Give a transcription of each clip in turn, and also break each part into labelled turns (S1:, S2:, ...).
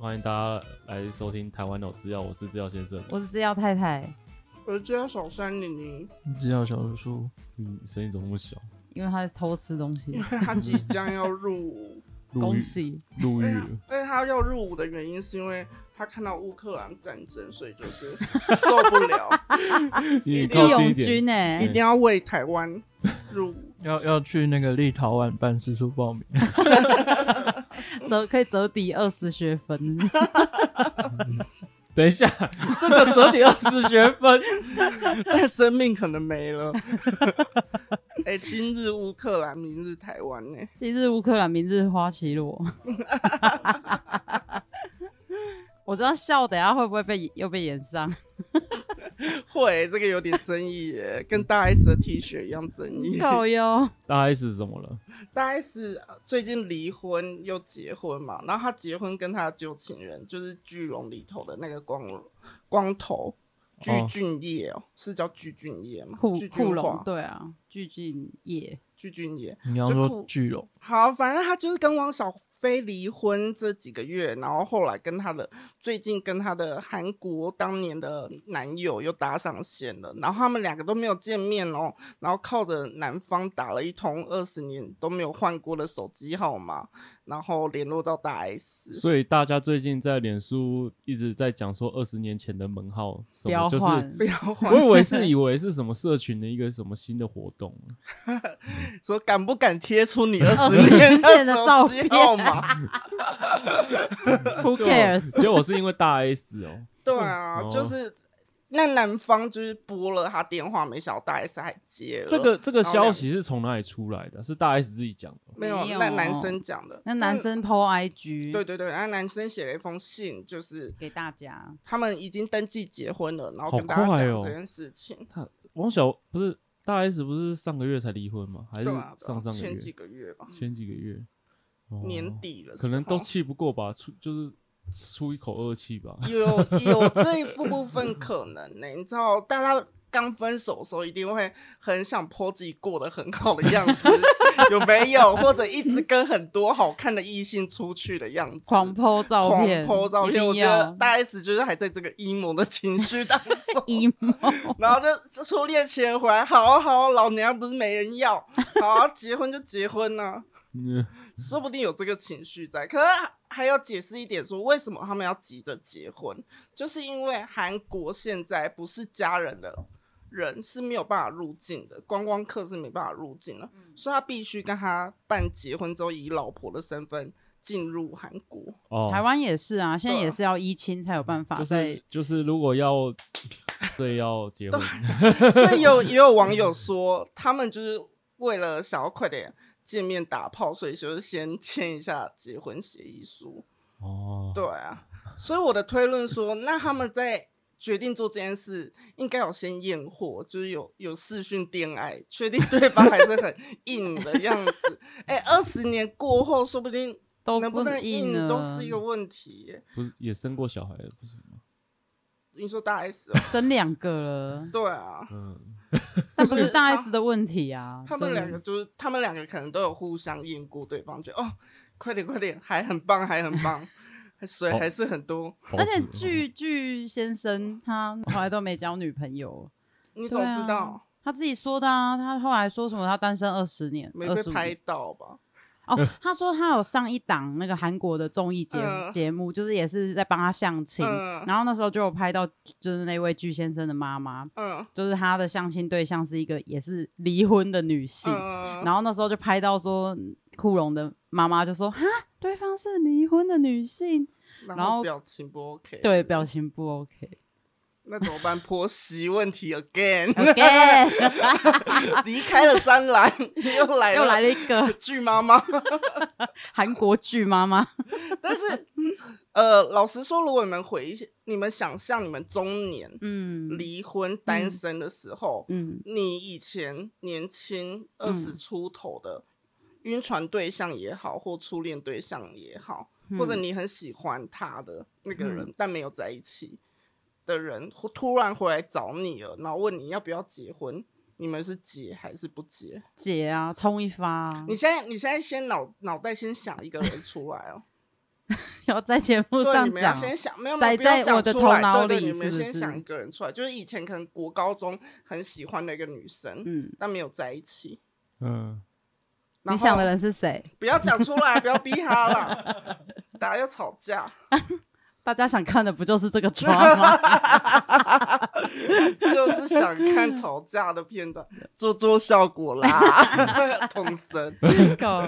S1: 欢迎大家来收听台湾脑资料，我是资料先生。
S2: 我是制药太太，
S3: 我是要小三零零，
S4: 制药小叔叔，
S1: 嗯，声音怎么那么 小？
S2: 因为他是偷吃东西
S3: 因，为他即将要入伍，
S1: 入
S2: 恭
S1: 狱，
S2: 喜
S1: 入狱
S3: 哎
S1: 了，
S3: 而且他要入伍的原因是因为他看到乌克兰战争，所以就是受不了，
S1: 你
S2: 义
S1: 靠近一
S2: 勇
S1: 点。
S2: 军哎、
S3: 一定要为台湾入 伍。
S4: 要要去那个立陶宛办事处报名，
S2: 折可以折抵二十学分，
S1: 等一下，这个折抵二十学分，
S3: 但生命可能没了。 哎、今日乌克兰，明日台湾哎呢、
S2: 今日乌克兰，明日花绮罗。 我知道笑，等一下会不会被又被延上？
S3: 会这个有点争议耶，跟大 S 的 T 恤一样争议。
S2: 靠哟，
S1: 大 S 怎么了？
S3: 大 S 最近离婚又结婚嘛，然后她结婚跟她的旧情人就是巨龙里头的那个光光头具
S1: 哦
S3: 俊业哦，是叫具俊业吗？
S2: 酷
S3: 具
S2: 酷
S3: 俊
S2: 龙
S3: 化，
S2: 对啊，巨俊业
S3: 具俊业。
S4: 你要
S3: 这
S4: 说
S3: 酷
S4: 巨龙，
S3: 好，反正他就是跟汪小菲离婚这几个月，然后后来跟他的最近跟他的韩国当年的男友又搭上线了，然后他们两个都没有见面哦，然后靠着男方打了一通二十年都没有换过的手机号码，然后联络到大 S，
S1: 所以大家最近在脸书一直在讲说二十年前的门号什
S2: 不
S1: 么，
S2: 要
S1: 就是
S2: 换
S3: 不，要 换
S1: 我，以为是以为是什么社群的一个什么新的活动，
S3: 说敢不敢贴出你二十年
S2: 前的
S3: 的
S2: 照
S3: 手
S2: 片
S3: 机号码？
S2: Who cares？
S1: 结果我是因为大 S 哦，
S3: 对啊，就
S1: 哦
S3: 是。那男方就是拨了他电话，没想到大 S 还接了。
S1: 这个这个
S3: 然后两
S1: 消息是从哪里出来的？是大 S 自己讲的。
S3: 没有
S2: 没，有
S3: 那男生讲的。
S2: 那男生 PO
S3: 但
S2: IG
S3: 对对对，那男生写了一封信，就是
S2: 给大家，
S3: 他们已经登记结婚了，然后
S1: 好
S3: 跟大家
S1: 快
S3: 讲
S1: 哦
S3: 这件事情。
S1: 王小不是大 S 不是上个月才离婚吗？还是
S3: 对啊，对啊
S1: 上上个
S3: 前
S1: 月？
S3: 几个月吧，
S1: 前几个月，哦
S3: 年底了，
S1: 可能都。气不过吧，出就是出一口恶气吧。
S3: 有有这一部分可能呢、你知道，大家刚分手的时候一定会很想 po 自己过得很好的样子，有没有？或者一直跟很多好看的异性出去的样子，
S2: 狂 PO 照
S3: 狂
S2: 片，
S3: po 照
S2: 一
S3: 片。
S2: 定
S3: 我觉
S2: 要
S3: 得大 S 就是还在这个 emo 的情 绪当中
S2: emo，
S3: 然后就初恋情人回来，好啊好啊，老娘不是没人要， 好啊、结婚就结婚呢、
S1: 嗯，
S3: 说不定有这个情绪在。可是还要解释一点，说为什么他们要急着结婚，就是因为韩国现在不是家人的人是没有办法入境的，观光客是没办法入境的，所以他必须跟他办结婚之后，以老婆的身份进入韩国。
S1: 哦，
S2: 台湾也是啊，现在
S3: 对啊嗯
S2: 也是要一亲才有办法
S1: 就
S2: 在
S1: 是就是，如果要对要结婚，
S3: 所以有也有网友说，他们就是为了想要快点见面打炮，所以就是先签一下结婚协议书。
S1: 哦，
S3: 对啊，所以我的推论说，那他们在决定做这件事，应该有先验货，就是有有视讯恋爱，确定对方还是很硬的样子。哎、二十年过后，说不定
S2: 都
S3: 能
S2: 不
S3: 能
S2: 哦硬啊
S3: 硬
S2: 了，
S3: 都是一个问题耶。
S1: 不是也生过小孩了，不是吗？
S3: 你说大 S 哦、
S2: 生两个 了，
S3: 对啊，
S1: 嗯，
S2: 但不
S3: 就是是
S2: 大
S3: 他
S2: S 的问题啊，
S3: 他们
S2: 真的
S3: 两个就是他们两个可能都有互相验过对方，觉得哦，快点快点，还很棒，还很棒，水
S2: 哦
S1: 好
S3: 还是很多。
S2: 而且
S1: 保持
S2: 据据先生他后来都没交女朋友，
S3: 你怎么知
S2: 对啊
S3: 道？
S2: 他自己说的啊。他后来说什么他单身二十年，
S3: 没
S2: 二
S3: 被
S2: 十
S3: 拍到吧？嗯
S2: 哦，他说他有上一档那个韩国的综艺节
S3: 嗯
S2: 节目，就是也是在帮他相亲，
S3: 嗯
S2: 然后那时候就有拍到就是那位具先生的妈妈，
S3: 嗯
S2: 就是他的相亲对象是一个也是离婚的女性，
S3: 嗯，
S2: 然后那时候就拍到说库龙的妈妈就说哈，对方是离婚的女性，然
S3: 然
S2: 后
S3: 后表情不 OK，
S2: 对，表情不 OK。
S3: 那怎么办？婆媳问题 again，
S2: OK，
S3: 离开了张兰，又来
S2: 又来
S3: 了
S2: 了一个
S3: 巨妈妈。
S2: 韩国剧妈妈，
S3: 但是，呃，老实说，如果你们回，你们想象你们中年
S2: 嗯
S3: 离婚单身的时候，
S2: 嗯，
S3: 你以前年轻二十出头的晕船对象也好，或初恋对象也好，或者
S2: 嗯
S3: 你很喜欢他的那个人，
S2: 嗯
S3: 但没有在一起的人，忽突然回来找你了，然后问你要不要结婚，你们是结还是不结？
S2: 姐啊，冲一发啊、
S3: 你现在你现在先脑脑袋先想一个人出来哦，
S2: 要在节目
S3: 对，
S2: 上
S3: 你们要
S2: 讲哦，
S3: 先想，没有没
S2: 载
S3: 有不要
S2: 在
S3: 讲
S2: 我的
S3: 出
S2: 头
S3: 来
S2: 脑
S3: 对对，
S2: 里
S3: 你们
S2: 是不
S3: 先想
S2: 是
S3: 一个人出来，就是以前可能国高中很喜欢的一个女生，
S2: 嗯，
S3: 但没有在一起。
S1: 嗯，
S2: 你
S3: 然
S2: 想
S3: 后
S2: 的人是谁？
S3: 不要讲出来，不要逼他啦， 大家要吵架。
S2: 大家想看的不就是这个抓吗？
S3: 就是想看吵架的 片段，做做效果啦，童声
S2: 搞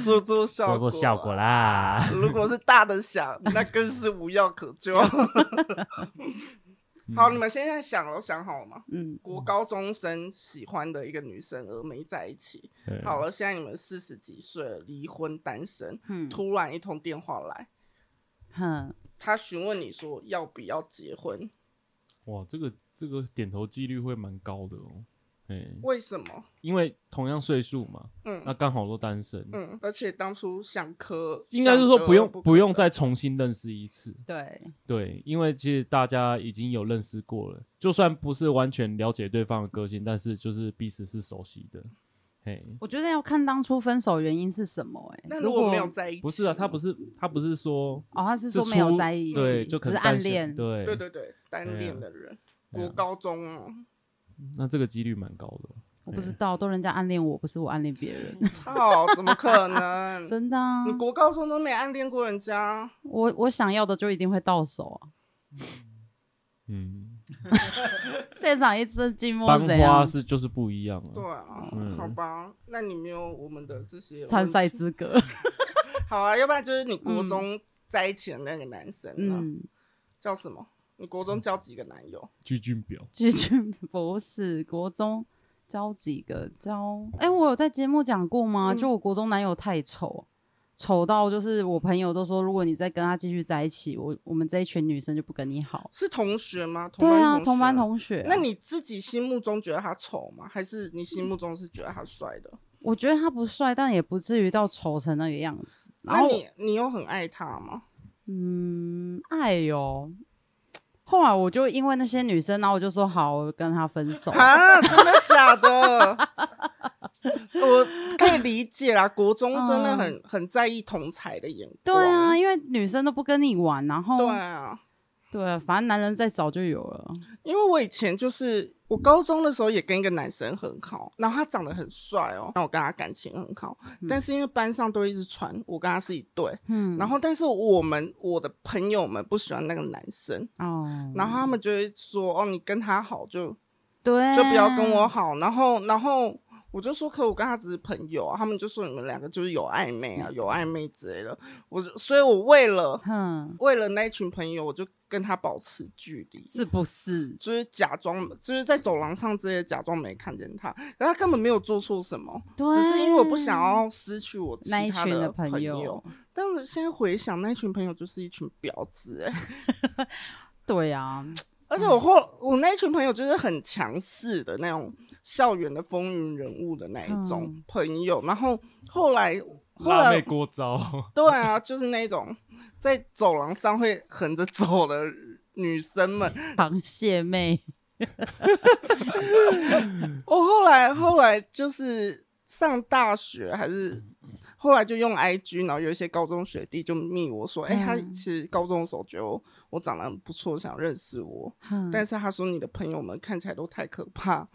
S3: 做做效
S1: 做
S3: 果，
S1: 做效果。啦。
S3: 如果是大的想，那更是无药可 救。
S1: 嗯
S3: 好，你们现在想了，想好了吗？
S2: 嗯，
S3: 国高中生喜欢的一个女生，而没在一起。
S1: 对
S3: 好了，现在你们四十几岁了，离婚单身，
S2: 嗯
S3: 突然一通电话来，
S2: 哼，
S3: 他询问你说要不要结婚？
S1: 哇，这个这个点头几率会蛮高的哦。哎，
S3: 为什么？
S1: 因为同样岁数嘛，
S3: 嗯
S1: 那刚好都单身，
S3: 嗯，而且当初想磕，
S1: 应该是说
S3: 想得
S1: 不用
S3: 而
S1: 不用
S3: 可得
S1: 再重新认识一次。
S2: 对，
S1: 对，因为其实大家已经有认识过了，就算不是完全了解对方的个性，但是就是彼此是熟悉的。嘿，
S2: 我觉得要看当初分手原因是什么。哎，
S3: 那
S2: 如
S3: 如果没有在一起，
S1: 不是啊，他不
S3: 是，
S1: 是他不是说
S2: 哦，他是
S1: 是
S2: 说没有
S1: 出
S2: 在一起，
S1: 对，就可
S2: 只
S1: 能
S2: 是
S1: 单
S2: 哎暗
S1: 身
S2: 恋。
S1: 对
S3: 对对对，单
S1: 对啊
S3: 恋的人，
S1: 对啊
S3: 国高中哦，
S1: 那这个几率蛮高的。
S2: 我不知道，都人家暗恋我，不是我暗恋别人，
S3: 操，怎么可能？
S2: 哎 真的啊
S3: 你。国高中都没暗恋过人家，
S2: 我我想要的就一定会到手啊！
S1: 嗯，
S2: 现场一阵寂寞
S1: 班
S2: 是哦怎
S1: 花
S2: 样？
S1: 是就是不一样了、
S3: 对
S1: 啊。
S3: 啊，
S1: 嗯
S3: 好吧，那你没有我们的这些
S2: 参赛
S3: 问题
S2: 资格，
S3: 好啊，要不然就是你国中在一起的那个男生啊，
S2: 嗯，
S3: 叫什么？你国中交几个男友？
S1: 巨俊 表，
S2: 拒绝不是国中交几个交？哎、我有在节目讲过吗？
S3: 嗯
S2: 就我国中男友太丑，丑到就是我朋友都说，如果你再跟他继续在一起，我我们这一群女生就不跟你好。
S3: 是同学吗？
S2: 对啊，
S3: 学
S2: 同班。同学啊、
S3: 那你自己心目中觉得他丑吗？还是你心目中是觉得他帅的？
S2: 我觉得他不帅，但也不至于到丑成那个样子。然
S3: 那
S2: 后，
S3: 你你有很爱他吗？
S2: 嗯，爱哟。后来我就因为那些女生，然后我就说好，我跟他分手。
S3: 啊，真的假的？ 我可以理解啦，国中真的很、很在意同才的眼
S2: 嗯对
S3: 光。
S2: 啊，，因为女生都不跟你玩，然后
S3: 对啊，
S2: 对啊，反正男人再找就有了。
S3: 因为我以前就是我高中的时候也跟一个男生很好，然后他长得很帅哦，那我跟他感情很好，但是因为班上都一直传我跟他是一对，
S2: 嗯，
S3: 然后但是我们我的朋友们不喜欢那个男生，
S2: 哦，
S3: 然后他们就会说哦，你跟他好就
S2: 对，
S3: 就不要跟
S2: 嗯
S3: 我好。然后，然后我就说，可我跟他只是朋友啊。他们就说你们两个就是有暧昧啊，有暧昧之类的。我就，所以我为了
S2: 哼，
S3: 为了那一群朋友，我就跟他保持距离，
S2: 是不是？
S3: 就是假装，就是在走廊上之类的假装没看见他，可他根本没有做错什么，
S2: 对，
S3: 只是因为我不想要失去我其
S2: 那一
S3: 他
S2: 群的
S3: 朋
S2: 朋友。
S3: 但我现在回想，那一群朋友就是一群婊子、欸，
S2: 对啊，
S3: 而且我后我那一群朋友就是很强势的那种校园的风云人物的那一种
S2: 嗯
S3: 朋友，然后后来后
S1: 辣妹
S3: 来
S1: 锅 招，
S3: 对啊，就是那种在走廊上会横着走的女生们。
S2: 螃蟹妹，
S3: 我后来后来就是上大学还是。后来就用 IG，然后有一些高中学弟就密我说：“哎、他
S2: 嗯
S3: 其实高中的时候觉得我我长得很不错，想认识我。
S2: 哼
S3: 但是他说你的朋友们看起来都太可怕，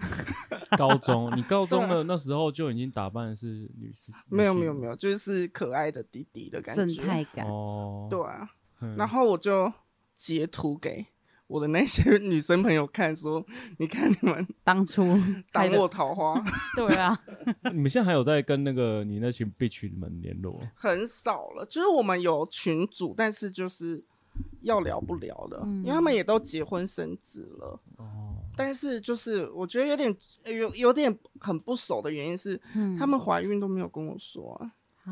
S1: 高中你高中的那时候就已经打扮的是女士，
S3: 没有没有没
S1: 有
S3: 有，就是可爱的弟弟的感
S2: 正
S3: 觉。
S2: 太感，
S1: 哦，
S3: 对啊，
S1: 嗯，
S3: 然后我就截图给我的那些女生朋友看，说：“你看你们
S2: 当初
S3: 挡
S2: 开的
S3: 我桃花
S2: 对啊，
S1: 你们现在还有在跟那个你那群 B 群们联络？
S3: 很少了，就是我们有群组，但是就是要聊不聊的，
S2: 嗯
S3: 因为他们也都结婚生子了。
S1: 哦，
S3: 但是就是我觉得有点有有点很不熟的原因是，
S2: 嗯
S3: 他们怀孕都没有跟我说啊、
S2: 啊，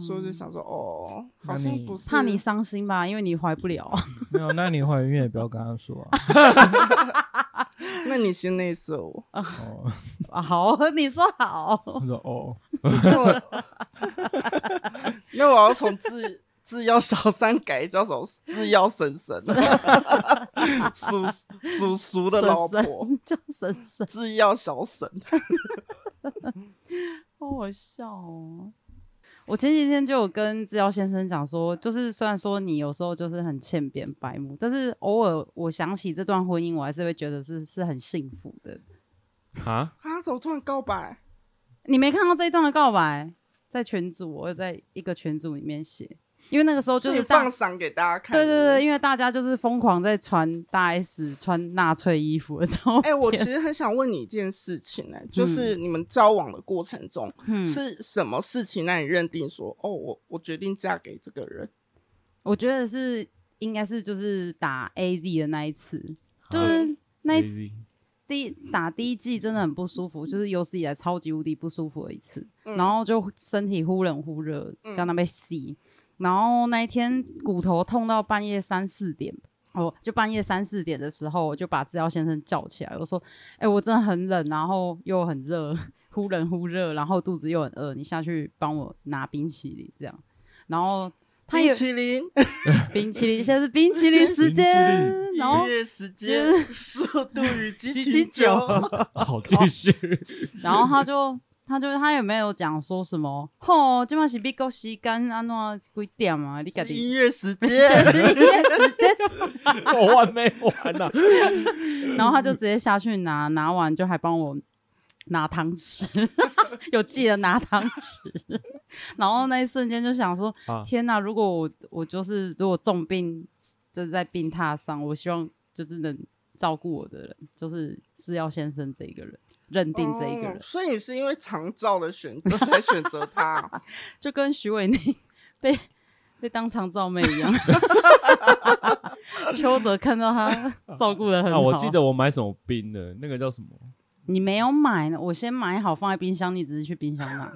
S3: 所以我就想说，哦，
S4: 那
S3: 好像
S4: 你
S3: 不是
S2: 怕你伤心吧，因为你怀不了，
S4: 没有，那你怀孕也不要跟他说啊。
S3: 那你先内射我。”
S4: 哦，
S2: 啊 好，你说好，
S4: 我说哦，
S3: 那我 那我要从制制药小三改叫什么制药婶婶 了，叔叔叔的老
S2: 婶
S3: 婆
S2: 婶叫婶婶，
S3: 制药小婶。
S2: 好好笑哦。我前几天就有跟志尧先生讲说，就是虽然说你有时候就是很欠扁白目，但是偶尔我想起这段婚姻，我还是会觉得是是很幸福的。
S1: 啊，
S3: 啊，怎么突然告白？
S2: 你没看到这一段的告白，在群组，我有在一个群组里面写，因为那个时候就
S3: 所以
S2: 是大
S3: 放，闪给大家看。
S2: 对对对，。因为大家就是疯狂在传大 S 穿纳粹衣服的照
S3: 哎、
S2: 片，
S3: 我其实很想问你一件事情呢、就是你们交往的过程中，
S2: 嗯
S3: 是什么事情让你认定说，哦，我我决定嫁给这个人？
S2: 我觉得是应该是就是打 A Z 的那一次，就是那一
S1: Crazy
S2: 第打第一季真的很不舒服，就是有史以来超级无敌不舒服的一次，
S3: 嗯
S2: 然后就身体忽冷忽热，
S3: 嗯
S2: 刚刚被洗，然后那一天骨头痛到半夜三四点。哦，就半夜三四点的时候，我就把制药先生叫起来，我说：“哎、我真的很冷，然后又很热， 忽冷忽热，然后肚子又很饿，你下去帮我拿冰淇淋这样。”然后他也
S3: 冰淇淋，
S2: 冰淇淋，现在是冰淇淋时间
S1: 冰淇，
S2: 然后
S3: 一月时间，速度 与激
S2: 激
S3: 情
S2: 情
S3: 酒。
S1: 好哦继 续，
S2: 然后他就他就他也没有讲说什么，吼，今晚是被狗吸干啊，那几点啊？你家
S3: 是
S2: 己
S3: 音乐时 间，
S2: 是音乐时间，
S1: 我完没啊完 呐、
S2: 然后他就直接下去拿，拿完就还帮我拿汤匙， 有记得拿汤匙。 然后那一瞬间就想说，
S1: 啊！
S2: 天哪！如果我我就是如果重病，就是在病榻上，我希望就是能照顾我的人，就是是要先生这一个人，认定这一个人
S3: 哦。所以你是因为长照的选 择才选择他，
S2: 就跟徐伟宁 被被当场照妹一样。邱泽看到他照顾的很
S1: 啊，
S2: 好、
S1: 我记得我买什么冰的，那个叫什么？
S2: 你没有买呢，我先买好放在冰箱，你只是去冰箱拿。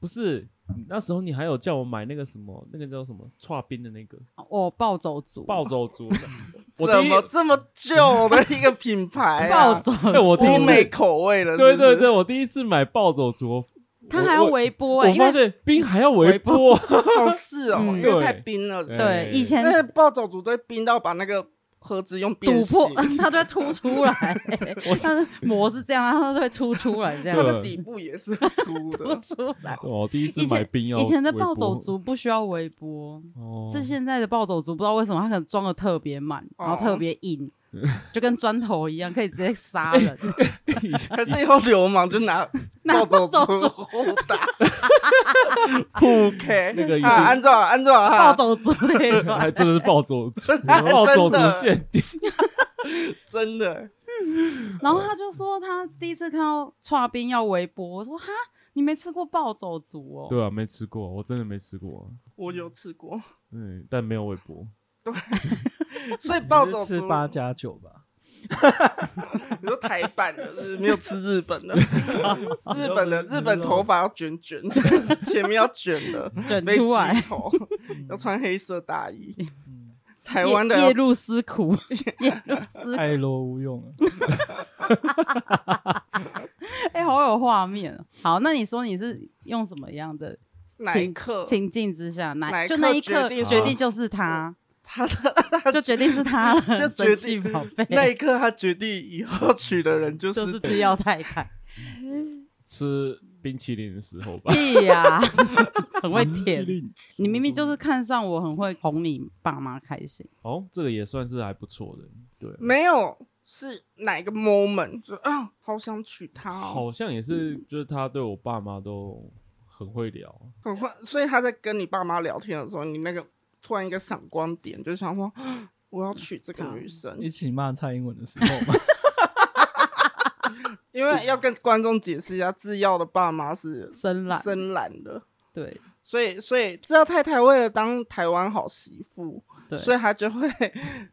S1: 不是，那时候你还有叫我买那个什么，那个叫什么串冰的那个
S2: 哦，暴走族，
S1: 暴走族 的。我
S3: 怎
S1: 第一
S3: 么这么旧的一个品牌
S2: 暴
S3: 啊？
S2: 走，
S1: 哎，我第一
S3: 欧美
S1: 次，
S3: 口味了，
S1: 对
S3: 是不是
S1: 对对，，我第一次买暴走族，我
S2: 他还要
S1: 我
S2: 微波、欸，
S1: 我
S2: 因
S1: 发
S2: 为
S1: 现冰还要微波，
S3: 哦是哦，
S2: 嗯
S3: 因为太
S1: 对
S3: 冰了。
S1: 对
S2: 对以前
S3: 那暴走族都冰到把那个盒子用变
S2: 堵
S3: 形，
S2: 破，他就会凸出来、 欸，他的膜是这样，啊他就会凸出来这
S3: 它
S2: 样。
S1: 对
S3: 的底部也是凸
S2: 凸
S3: 的。
S2: 出来，
S1: 我哦第一次
S2: 以前
S1: 买冰要
S2: 以前的
S1: 微波
S2: 暴走，族不需要微波，
S1: 哦
S2: 是现在的暴走族，不知道为什么他可能装的特别满，然后
S3: 哦
S2: 特别硬，
S3: 嗯
S2: 就跟砖头一样，可以直接杀
S3: 哎
S2: 人。
S1: 以前
S3: 还是以后流氓就拿暴
S2: 拿
S3: 走
S2: 暴走
S3: 族殴 打，Who care？
S1: 那个一定
S3: 啊，安照啊，安照
S2: 暴
S3: 啊，
S2: 走族那一
S1: 还
S2: 种，
S1: 真的是暴走 族，
S3: 的
S1: 暴走族限定，
S3: 真的，
S2: 然后他就说他第一次看到串冰要微波，我说哈，你没吃过暴走族哦？
S1: 对啊，没吃过，我真的没吃过，
S3: 我有吃过，
S1: 嗯，但没有微波，
S3: 所以暴走
S4: 是
S3: 族
S4: 吃八加九吧？
S3: 你说台版的是没有吃日本 的，日本的日本头发要卷卷，前面要卷的，
S2: 卷出来
S3: 飞机头，要穿黑色大衣。台
S2: 夜
S3: 湾的
S2: 夜
S3: 要
S2: 路思 苦，夜路思苦，
S4: 爱罗无用啊，
S2: 哎、好有画面哦。好，那你说你是用什么样的
S3: 哪一刻？
S2: 情境之下，
S3: 哪
S2: 哪
S3: 一
S2: 就
S3: 刻
S2: 那一
S3: 决
S2: 刻
S3: 定
S2: 决
S1: 说
S2: 定就是他，
S3: 他他
S2: 就决定是他了，
S3: 就
S2: 神
S3: 决
S2: 奇
S3: 定
S2: 宝贝，
S3: 那一刻，他决定以后娶的人就
S2: 就是
S3: 是
S2: 制药太太。
S1: 吃冰淇淋的时候吧，
S2: 屁呀、很会
S4: 冰淇
S2: 舔。
S4: 淋
S2: 你明明就是看上我，很会哄你爸妈开心。
S1: 哦，这个也算是还不错的，对啊，
S3: 没有是哪一个 moment，就啊，好想娶她哦，
S1: 好像也是，就是他对我爸妈都很会聊，
S3: 很快。所以他在跟你爸妈聊天的时候，你那个突然一个闪光点，就想说 啊我要娶这
S2: 嗯
S3: 个女生，
S4: 一起骂蔡英文的时候嘛，
S3: 因为要跟观众解释一下，制药的爸妈是
S2: 深蓝，
S3: 深蓝的，
S2: 对
S3: 所以所以制药太太为了当台湾好媳妇，
S2: 对，
S3: 所以她 就会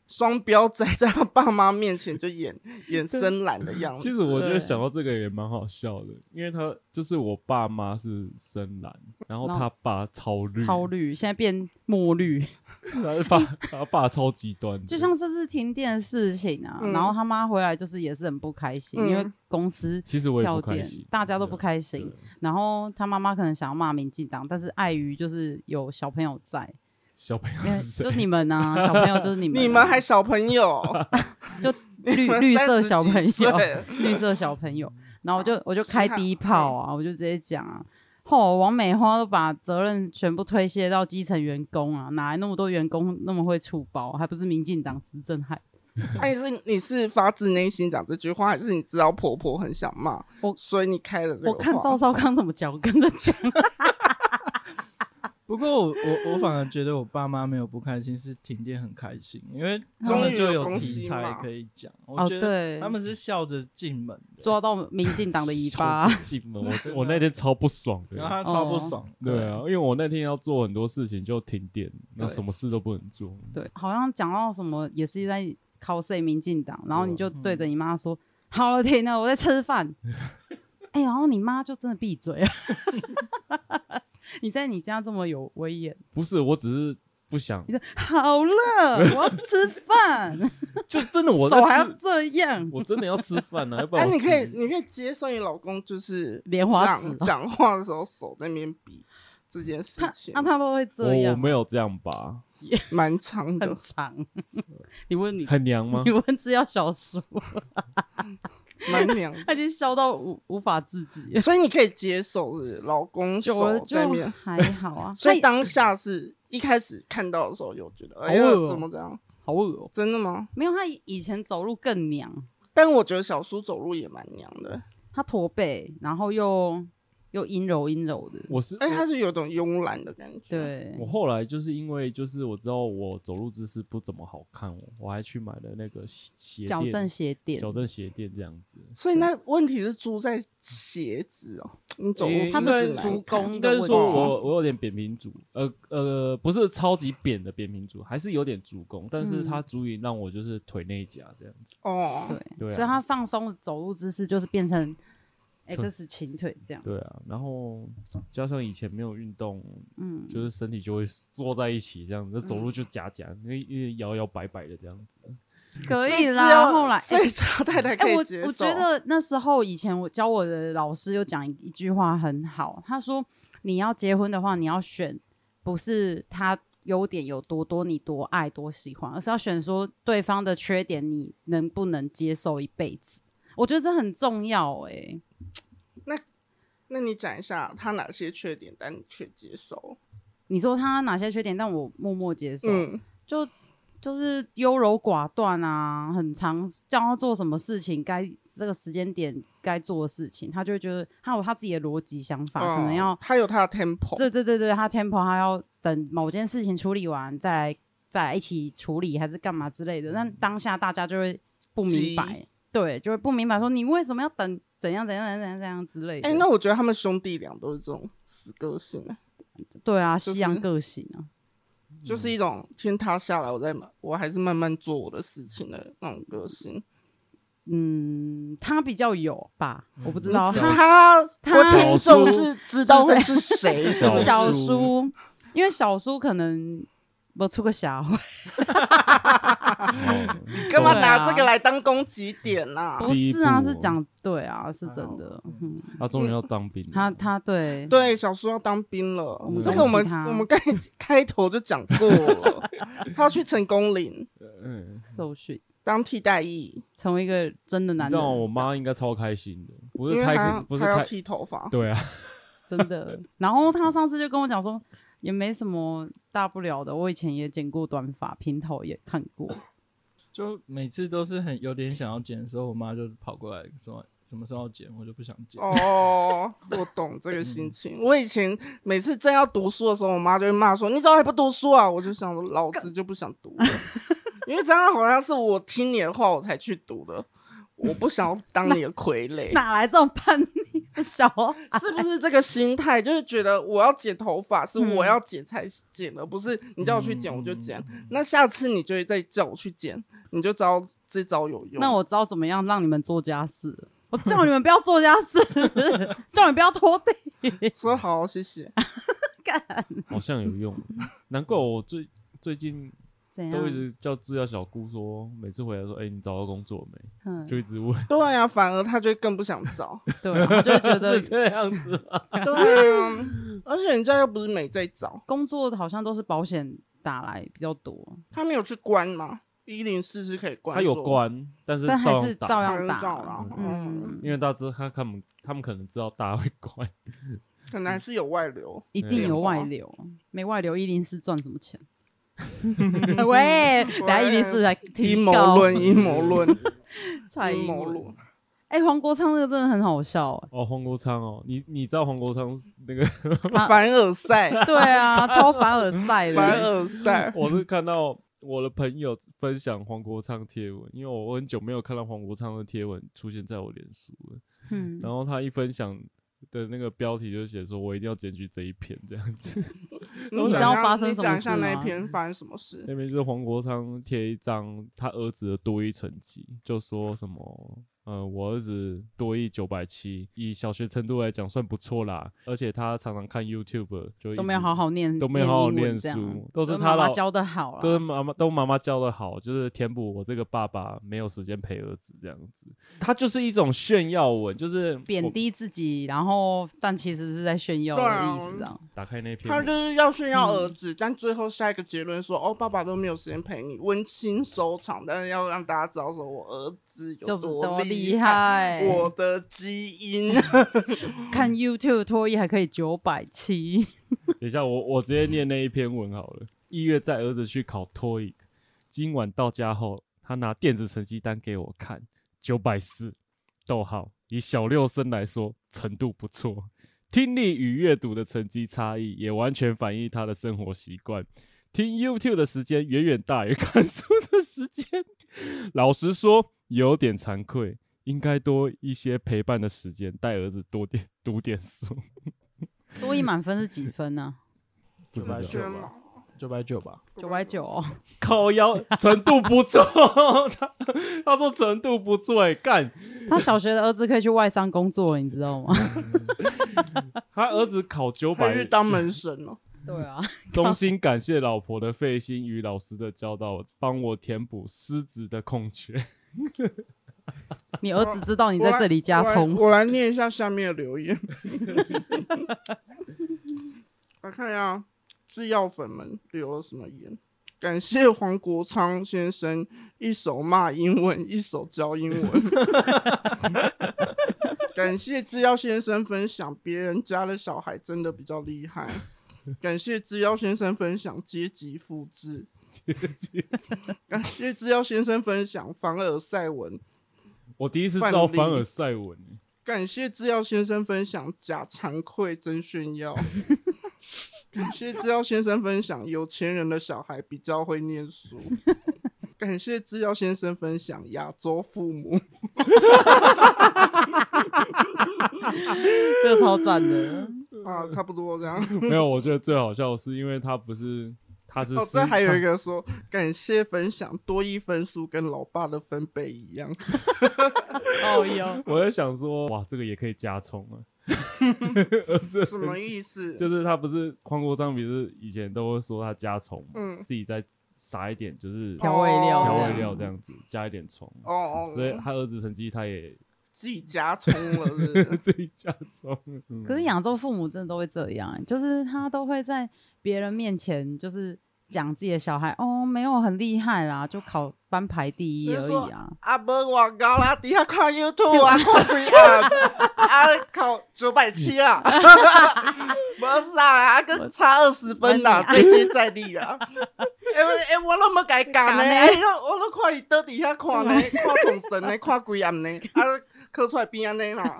S3: 双标仔在她爸妈面前就演演深蓝的样子。
S1: 其实我觉
S2: 对
S1: 得想到这个也蛮好笑的，因为他就是我爸妈是深蓝，然后
S2: 然后
S1: 他爸超绿，
S2: 超，绿，现在变墨绿，
S1: 他爸他爸超极端的，
S2: 就像这次停电的事情啊，
S3: 嗯
S2: 然后他妈回来就是也是很不开心，
S3: 嗯
S2: 因为公司
S1: 其实我也
S2: 跳
S1: 不开
S2: 电
S1: 心，，
S2: 大家都不开心。
S1: 对
S2: 然后他妈妈可能想要骂民进党，但是碍于就是有小朋友在，
S1: 小朋友
S2: 因为
S1: 是谁
S2: 就你们啊，小朋友就是你们啊、
S3: 你们还小 朋友，
S2: 就
S3: 你
S2: 绿
S3: 们
S2: 绿
S3: 30
S2: 色
S3: 几
S2: 小朋友
S3: 岁， 哦
S2: 绿色小朋友，然后我就我就开第一炮啊，我就直接讲啊，后王美花都把责任全部推卸到基层员工啊，哪来那么多员工那么会出包？还不是民进党执政害？
S3: 哎，是你是发自内心讲这句话，还是你知道婆婆很想骂，
S2: 我
S3: 所以你开了这个
S2: 我看
S3: 话
S2: 赵少康怎么讲，我跟着讲。
S4: 不过我我我反而觉得我爸妈没有不开心，是停电很开心，因为他
S3: 终
S4: 们
S3: 于
S4: 就
S3: 有
S4: 有
S3: 东
S4: 题
S3: 西
S4: 材
S3: 嘛
S4: 可以讲。
S2: 哦
S4: 我觉得
S2: 对
S4: 他们是笑着进门的，
S2: 抓到民进党的尾 巴
S1: 手，指进门，我我那天超不爽
S4: 然
S1: 的。
S4: 后他超不
S2: 哦
S4: 爽。
S1: 对啊，因为我那天要做很多事情，就停电，那
S2: 对
S1: 什么事都不能做。
S2: 对，好像讲到什么也是在 cos 民进党，然后你就
S4: 嗯
S2: 对着你妈说：“好了，停了，我在吃 饭。”哎、然后你妈就真的闭嘴了。 你在你家这么有威严，
S1: 不是，我只是不想
S2: 你，说好了，我要吃饭，
S1: 就真 的我在
S2: 手还要啊
S1: 吃，
S2: 这样，
S1: 我真的要吃饭啊 呢，要不
S3: 哎、
S1: 然我
S3: 你可以
S1: 死
S3: 你可以接受你老公就是
S2: 莲花指
S3: 讲
S2: 哦
S3: 讲话的时候手在那边比这件事
S2: 他
S3: 情
S2: 那、，他都会这
S1: 我我
S2: 样，啊
S1: 没有这样吧，
S3: 蛮长的
S2: 很。长。你问你，
S1: 很娘吗
S2: 你？问制药小叔，
S3: 蛮娘的，
S2: 他已经笑到无无法自己 了，
S3: 所以你可以接受是不是老公
S2: 久了
S3: 手
S2: 就
S3: 在 面，
S2: 还好 啊。
S3: 所
S2: 他
S3: 以
S2: 也
S3: 当下是一开始看到的时候有觉得，哎
S2: 好
S3: 呀
S2: 恶哦
S3: 怎么这样？
S2: 好恶哦，
S3: 真的吗？
S2: 没有他以前走路更娘，
S3: 但我觉得小叔走路也蛮娘的，
S2: 他驼背，然后又又阴柔阴柔的，
S1: 我是
S3: 哎，他是有一种慵懒的感觉。，
S2: 对
S1: 我，后来就是因为就是我知道我走路姿势不怎么好看，我我还去买了那个鞋鞋
S2: 矫
S1: 垫
S2: 正鞋垫，嗯
S1: 矫正鞋垫这样子。
S3: 所以那问题是出在鞋子哦，你走路
S1: 诶
S3: 姿
S2: 他
S3: 势
S2: 们
S3: 难
S2: 足
S3: 看
S2: 弓
S1: 应
S2: 的
S1: 该是
S2: 问
S1: 说
S2: 题，
S1: 我我有点扁平足，呃呃，不是超级扁的扁平足，还是有点足弓，但是
S2: 嗯
S1: 它足以让我就是腿内夹这样子。
S3: 哦，
S2: 对，
S1: 对啊
S2: 所以他放松的走路姿势就是 变成 X 琴腿这样，
S1: 对啊，然后加上以前没有运动，
S2: 嗯，
S1: 就是身体就会坐在一起这样子，走路就夹夹，因为因为摇摇摆摆的这样 子。
S2: 哦可
S3: 所以
S2: 以
S3: 只
S2: 啦。
S3: 要
S2: 后来，
S3: 所以赵太太可
S2: 哎、
S3: 以
S2: 我
S3: 接
S2: 我
S3: 受
S2: 觉。得那时候以前我教我的老师有讲一句话很好，他说你要结婚的话，你要选不是他优点有多多，你多爱多喜欢，而是要选说对方的缺点你能不能接受一辈子。我觉得这很重要哎、
S3: 那你讲一下他哪些缺点，但你却接受？
S2: 你说他哪些缺点，但我默默接受，
S3: 嗯，
S2: 就就是优柔寡断啊，很常叫他做什么事情，该这个时间点该做的事情，他就会觉得他有他自己的逻辑想法，可能
S3: 哦
S2: 要
S3: 他有他的 tempo，
S2: 对对对对，他 tempo 他要等某件事情处理完再来再来一起处理，还是干嘛之类的。但当下大家就会不明白
S3: 急，
S2: 对，就会不明白说你为什么要等怎样怎样怎样怎样怎样之类的。
S3: 哎、那我觉得他们兄弟俩都是这种死个性，
S2: 对啊，
S3: 就是
S2: 西洋个性啊，
S3: 就是一种天塌下来，我在我还是慢慢做我的事情的那种个性。
S2: 嗯，他比较有吧，我不知
S3: 你
S2: 道
S3: 知
S2: 他
S3: 他
S2: 他
S3: 我听
S1: 小
S3: 众是知道会是 谁，是不是？
S1: 小
S2: 小叔，因为小叔可能我出个小，
S1: 哦
S3: 干嘛
S2: 对
S3: 拿
S2: 啊
S3: 这个来当攻击点呐、
S2: 不
S1: 第一
S2: 是啊，
S1: 步
S2: 是讲对啊，是
S4: 还
S2: 真
S4: 好
S2: 的
S4: 吧。
S2: 嗯，
S1: 他终于要当兵了，
S2: 他他对
S3: 对，小叔要当兵了
S2: 我们，
S3: 这个我们
S2: 恭喜他
S3: 我们刚 才开头就讲过了，他要去成功岭
S1: 嗯，
S2: 受训，
S3: 当替代役，
S2: 成为一个真的
S1: 你
S2: 男
S1: 知道我
S2: 人，
S1: 妈应该超开心的，不
S3: 因
S1: 是
S3: 为
S1: 开
S3: 他
S1: 不是
S3: 他要
S1: 开，
S3: 剃头发，
S1: 对啊，
S2: 真的。然后他上次就跟我讲说，也没什么大不了的，我以前也剪过短发，平头也看过。
S4: 就每次都是很有点想要剪的时候，我妈就跑过来说什么时候要剪，我就不想剪。
S3: 哦，我懂这个
S2: 嗯
S3: 心情。我以前每次正要读书的时候，我妈就会骂说：“你怎么还不读书啊？”我就想说，老子就不想读 了，因为这样好像是我听你的话我才去读的，我不想要当你的傀儡。
S2: 哪来这种叛逆的小孩？
S3: 是不是这个心态？就是觉得我要剪头发是
S2: 嗯
S3: 我要剪才剪的，不是你叫我去剪我就剪。那下次你就会再叫我去剪，你就知道这招 有用。
S2: 那我知道怎么样让你们做家事了。我叫你们不要做家事， 叫你们不要拖地。
S3: 说好，谢谢。
S1: 好像有 用，难怪我最最近
S2: 怎样？
S1: 都一直叫制药小姑说，每次回来说，哎、你找到工作没？
S2: 嗯，
S1: 就一直问，
S3: 对啊，反而他就更不想找。
S2: 对，我就会觉 得
S1: 是这样子吗？
S3: 对啊，而且人家又不是没在找，
S2: 工作好像都是保险打来比较多，
S3: 他没有去关吗？一零四是可以关，
S1: 他有，关，但是
S2: 但还
S1: 照
S2: 是
S1: 样打，
S2: 照
S3: 还
S2: 样
S3: 是
S2: 打。
S3: 照了。嗯，
S2: 嗯，
S1: 因为大家知道他他们他们可能知道大家会关，
S3: 可能还是有外流。
S2: 一定
S1: 对
S2: 有
S3: 电
S2: 外
S3: 话
S2: 流，没外流一零四赚什么钱？嗯 喂，等下一零四来
S3: 哎阴
S2: 提
S3: 谋
S2: 高
S3: 论，阴谋论，
S2: 蔡
S3: 阴
S2: 英
S3: 谋
S2: 文。
S3: 论。
S2: 哎、黄国昌那个真的很好笑、哎
S1: 哦，黄国昌哦，你你知道黄国昌那 个？，
S2: 啊
S3: 凡 尔赛，
S2: 对啊，超凡尔赛
S3: 嗯凡
S2: 的。
S3: 尔赛
S1: 我是看到我的朋友分享黄国昌贴文，因为我很久没有看到黄国昌的贴文出现在我脸书了。
S2: 嗯，
S1: 然后他一分享的那个标题就写说：“我一定要检举这一篇。”这样 子，知
S3: 你
S2: 道
S3: 讲一下
S2: 发生什么
S3: 你讲一下
S2: 事
S3: 那一
S2: 吗
S3: 篇发生什么事？
S1: 那边就是黄国昌贴一张他儿子的多益成绩，就说什么。呃，我儿子多益九百七，以小学程度来讲算不错啦。而且他常常看 YouTube，就一
S2: 都没有
S1: 直
S2: 好好念，
S1: 都没有好好
S2: 英文
S1: 念
S2: 这样啊
S1: 书都是
S2: 妈
S1: 他
S2: 妈
S1: 老
S2: 教的好啊
S1: 都是
S2: 啦。
S1: 妈妈都妈妈教的好，就是填补我这个爸爸没有时间陪儿子这样子。他就是一种炫耀文，就是
S2: 贬
S1: 我
S2: 低自己，然后但其实是在炫耀的
S3: 对啊
S2: 意思啊。
S1: 打开那篇
S3: 他
S1: 文，
S3: 就是要炫耀
S2: 嗯
S3: 儿子，但最后下一个结论说：“哦，爸爸都没有时间陪你。”温馨收场，但是要让大家知道说我儿子有
S2: 就是多
S3: 厉
S2: 厉害
S3: 我的基因。
S2: 看 YouTube 脱衣还可以九百 七，
S1: 等一下我我直接念那一篇文好了。一月载儿子去考 TOEIC，今晚到家后，他拿电子成绩单给我看，九百四，逗号，以小六生来说程度不错。听力与阅读的成绩差异也完全反映他的生活习惯。听 YouTube 的时间远远大于看书的时间。 老实说，有点惭愧，应该多一些陪伴的时间，带儿子多点读点书。
S2: 多一满分是几分 呢、
S1: 不知道
S4: 九
S3: 觉得
S4: 百九
S3: 吗
S4: 吧，九百九吧，
S2: 九百九，
S1: 靠腰 程度不错，他他说程度不错、欸，干
S2: 他小学的儿子可以去外商工作了，你知道吗？
S1: 他儿子考九
S3: 他去
S1: 百，
S3: 当门神哦了。
S2: 对啊，
S1: 衷心感谢老婆的费心与老师的教导，帮我填补师职的空缺。
S2: 你儿子知道你
S3: 我
S2: 在
S3: 来
S2: 这里加
S3: 我
S2: 葱
S3: 来，我来念一下下面的留言。 来看一下哦制药粉们留了什么言。感谢黄国昌先生，一手骂英文，一手教英文。 感谢制药先生分享，别人家的小孩真的比较厉害。感谢制药先生分享阶级复制。感谢制药先生分享凡尔赛文，
S1: 我第一次知道凡尔赛文、欸
S3: 感谢制药先生分享假惭愧真炫 耀，感谢制药先生分享有钱人的小孩比较会念书， 感谢制药先生分享亚洲父母，
S2: 这个超赞的。
S3: 啊，差不多这样。
S1: 没有，我觉得最好笑的是，因为他不是他是
S3: 哦，
S1: 师
S3: 这还有一个说，感谢分享多一分数跟老爸的分贝一样，
S2: 哦哟，
S1: 我在想说，哇，这个也可以加充啊，
S3: 嗯什么意思？
S1: 就是他不是黄国章，不是以前都会说他加葱，
S3: 嗯
S1: 自己再撒一点，就是
S2: 调味料，
S1: 调味料这。样子，加一点葱。
S3: 哦哦，
S1: 所以他儿子成绩他也
S3: 自己加葱了是不是
S1: 自己加葱。嗯
S2: 可是亚洲父母真的都会这样、欸就是他都会在别人面前就是讲自己的小孩哦，没有很厉害啦，就考班排第一而已啊。
S3: 啊，无我高啦，底下看 YouTube 啊，看鬼啊，啊考九百七啦，无啥啊，个差二十分啦，再接再厉啦。哎哎，我拢要改讲呢，哎，我拢看伊倒底下看呢，看重神呢，看鬼暗呢，啊，考出来变安尼啦，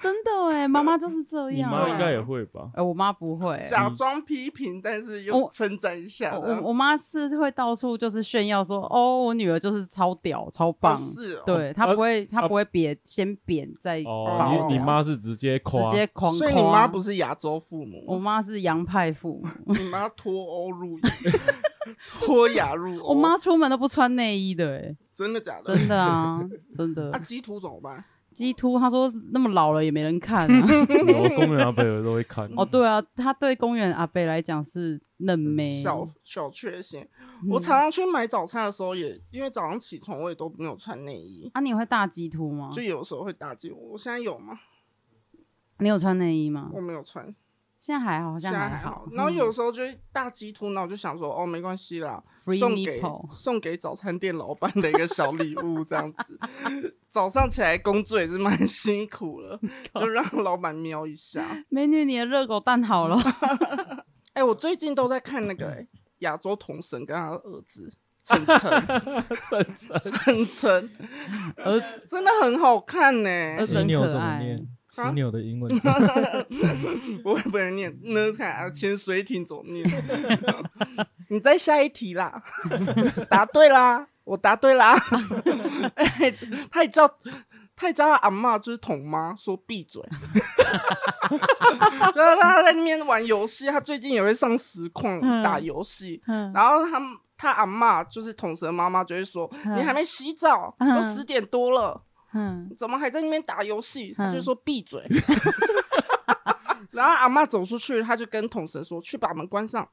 S2: 真的哎、妈妈就是这
S1: 你
S2: 样、
S1: 妈
S2: 哎，
S1: 应该也会吧？
S2: 我妈不会、
S3: 假装批评，但是又称赞一下
S2: 我
S3: 的
S2: 我，我妈是会到处就是炫耀说，哦，我女儿就是超屌、超棒，
S3: 是哦，
S2: 对她
S1: 啊
S2: 不会，她
S1: 啊
S2: 不会贬，先贬再直
S1: 哦，你
S3: 哦
S1: 你妈是直接夸，
S2: 接狂哦夸。
S3: 所以你妈不是哦亚洲父
S2: 我
S3: 母，
S2: 妈是洋派父母，
S3: 你妈脱欧入亚，脱亚入欧，
S2: 我妈出门都不穿内衣的、欸，
S3: 真的假的？
S2: 真的啊，真 的。
S3: 啊，基图怎么办？
S2: 鸡突她说那么老了也没人看 啊。
S1: 我公园阿伯都会看。
S2: 哦，对啊，她对公园阿贝来讲是嫩妹，
S3: 小小确幸。我
S2: 嗯
S3: 常常去买早餐的时候也，因为早上起床我也都没有穿内衣，
S2: 啊，你会大鸡突吗？
S3: 就有时候会打结。我现在有吗？
S2: 你有穿内衣吗
S3: 我？没有穿，
S2: 现在还好，好像
S3: 现在还
S2: 好
S3: 好。。然后有
S2: 嗯
S3: 时候就会大鸡突，那我就想说，哦，没关系啦，
S2: Free
S3: 送给
S2: nipple
S3: 送给早餐店老板的一个小礼物，这样子。 早上起来工作也是蛮辛苦 了，就让老板瞄一下。
S2: 美女，你的热狗蛋好了，
S3: 哎、我最近都在看那个、哎亚洲童神跟他儿子晨晨
S1: 真真
S3: 晨晨，
S2: 儿
S3: 真的很好看呢、
S2: 儿子
S4: 犀
S2: 很
S4: 牛
S2: 可
S4: 怎么
S2: 爱
S4: 念？
S3: 啊
S4: 犀牛的英文怎么
S3: 我也不能念，那看啊，潜水艇怎么念？ 你再下一题啦， 答对啦，我答对啦。 哎他也叫他也叫他阿嬷，就是桶妈，说闭嘴。 然后他在那边玩游戏，他最近也会上实况
S2: 嗯
S3: 打游戏，
S2: 嗯
S3: 然后他们他阿嬷就是桶神妈妈就会说：“
S2: 嗯
S3: 你还没洗澡，都
S2: 嗯
S3: 十点多了。”
S2: 嗯，
S3: 怎么还在那边打游戏？
S2: 嗯
S3: 他就说闭嘴。 然后阿嬷走出去，他就跟统神说：“去把门关上。”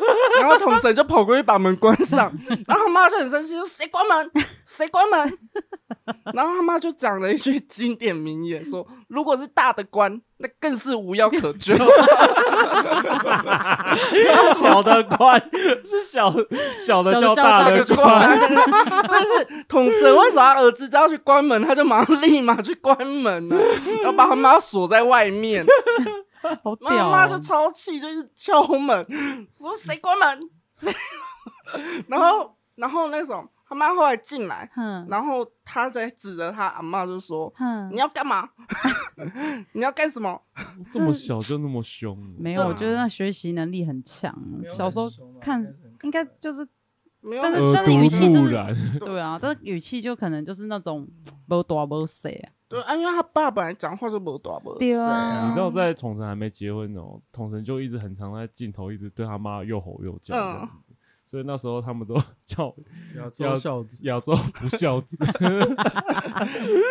S3: 然后统神就跑过去把门关上，然后他妈就很生气，说：“谁关门？谁关门？”然后他妈就讲了一句经典名言，说：“如果是大的关，那更是无药可 救。
S1: 小的关是小小的叫大
S2: 小
S1: 的
S2: 的
S3: 就
S2: 叫
S1: 关，
S3: 关， 就是统神为什么他儿子只要去关门，他就马上立马去关门了，然后把他妈锁在外面。
S2: 好屌
S3: 妈
S2: 哦，
S3: 妈就超气，就是敲门， 说谁 关门？谁？然后，然后那种他妈后来进来，
S2: 哼
S3: 然后他在指着他阿妈就说：“
S2: 哼
S3: 你，要 干嘛？你要干什么
S1: 这么小就那么凶，
S2: 没有，
S3: 对啊
S2: 我觉得那学习能力很强，小时候看应该就是
S3: 没有
S2: 但是
S4: 呃
S1: 耳
S2: 但
S1: 濡
S2: 是语气就
S1: 目
S2: 是
S1: 染，
S2: 对啊，但是语气就可能就是那种不多不少啊，
S3: 对，啊因为他爸本来讲话就没多不
S2: 对啊
S1: 你知道在统神还没结婚哦，统神就一直很常在镜头一直对他妈又吼又叫这样子，所以那时候他们都 叫
S4: 要做
S1: 要
S4: 孝子，
S1: 亚洲不孝子，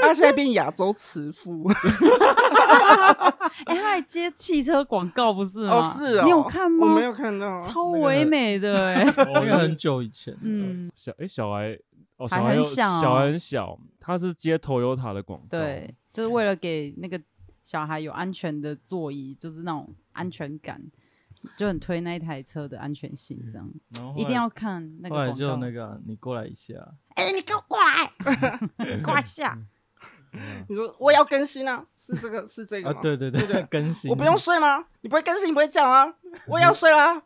S3: 他现在变亚洲慈父，
S2: 哎，他还接汽车广告不是吗？
S3: 哦是哦，
S2: 啊你有看吗？
S3: 我没有看到，
S2: 超
S4: 那个
S2: 唯美的哎、
S4: 那个很久以前，嗯，
S2: 嗯，
S1: 小哎、小孩哦，
S2: 还
S1: 小孩
S2: 很
S1: 又
S2: 小哦
S1: 小孩很小，他是接 Toyota 的广告，
S2: 对，就是为了给那个小孩有安全的座椅，就是那种安全感，就很推那一台车的安全性，这样
S4: 然后后来
S2: 一定要看那个
S4: 嗯后来
S2: 广
S4: 就
S2: 告。
S4: 那个啊你过来一下，
S2: 哎、你给我过来，过来一下。
S4: 嗯
S3: 你说我要更新啊，是这个是这个
S4: 啊，
S3: 吗？
S4: 对对
S3: 对对
S4: 更新，
S3: 我不用睡吗？你不会更新，你不会讲啊？我也要睡啦，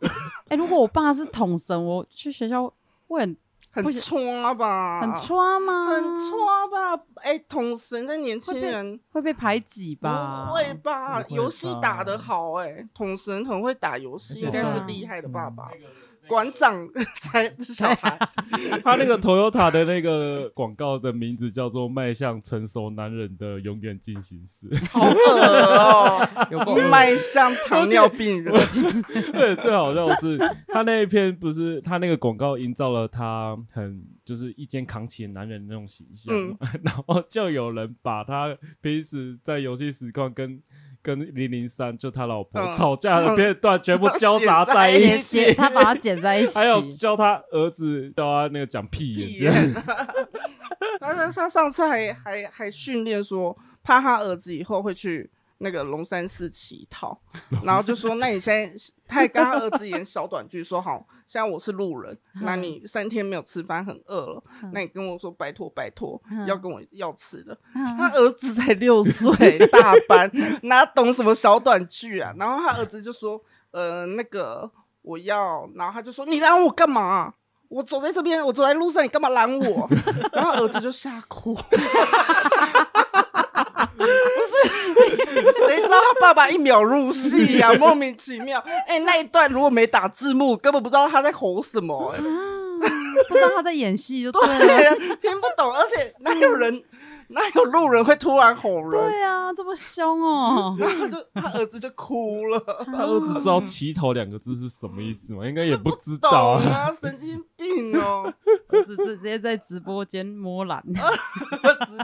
S2: 哎、如果我爸是统神，我去学校会很
S3: 很
S2: 不行
S3: 戳吧，
S2: 很抓吗？
S3: 啊很，挫吧？哎、统神在年轻人
S2: 会被排挤
S3: 不
S2: 吧？
S3: 会吧？
S4: 不会吧
S3: 游戏打得好、哎，统神很会打游戏，
S4: 而且
S3: 应该是
S2: 他
S3: 厉害的爸爸。馆长才小 孩，
S1: 他那个 Toyota 的那个广告的名字叫做《迈向成熟男人的永远进行式》，
S3: 好恶哦、
S4: 有够
S3: 我迈 向糖尿病人，
S1: 对，最好笑的是他那一篇不是他那个广告营造了他很就是一肩扛起男人那种形象，
S3: 嗯
S1: 然后就有人把他平时在游戏实况跟跟零零三就他老婆
S3: 嗯
S1: 吵架的片段全部交杂在
S3: 剪
S1: 一
S2: 剪
S3: 在
S1: 起，
S2: 剪，他把它剪 在一起。
S1: 还有教他儿子教他那个讲屁眼
S3: 闭
S1: 这样，
S3: 眼。 他他他上次还还还训练说，怕他儿子以后会去那个龙山寺乞讨，然后就说，那你现在他还跟他儿子演小短剧，说好，现在我是路人，那你三天没有吃饭，很饿了，那你跟我说拜托拜托，要跟我要吃的。他儿子才六岁，大班，哪懂什么小短剧啊？然后他儿子就说，呃，那个我要，然后他就说，你拦我干嘛、啊我走在这边，我走在路上，你干嘛拦我？ 然后儿子就吓哭。 不是，谁知道他爸爸一秒入戏呀、莫名其妙。哎、那一段如果没打字幕，根本不知道他在吼什么、 哎
S2: 嗯不知道他在演戏就对 了。
S3: 对呀，听不懂，而且哪有人，哪有路人会突然吼人？
S2: 对啊，这么凶哦！
S3: 然后他就他儿子就哭了，
S1: 他儿子知道“乞讨”两个字是什么意思吗？应该也不知
S3: 懂
S1: 道啊。
S3: 啊，神经病哦，
S2: 儿子直接在直播间摸懒，
S3: 嗯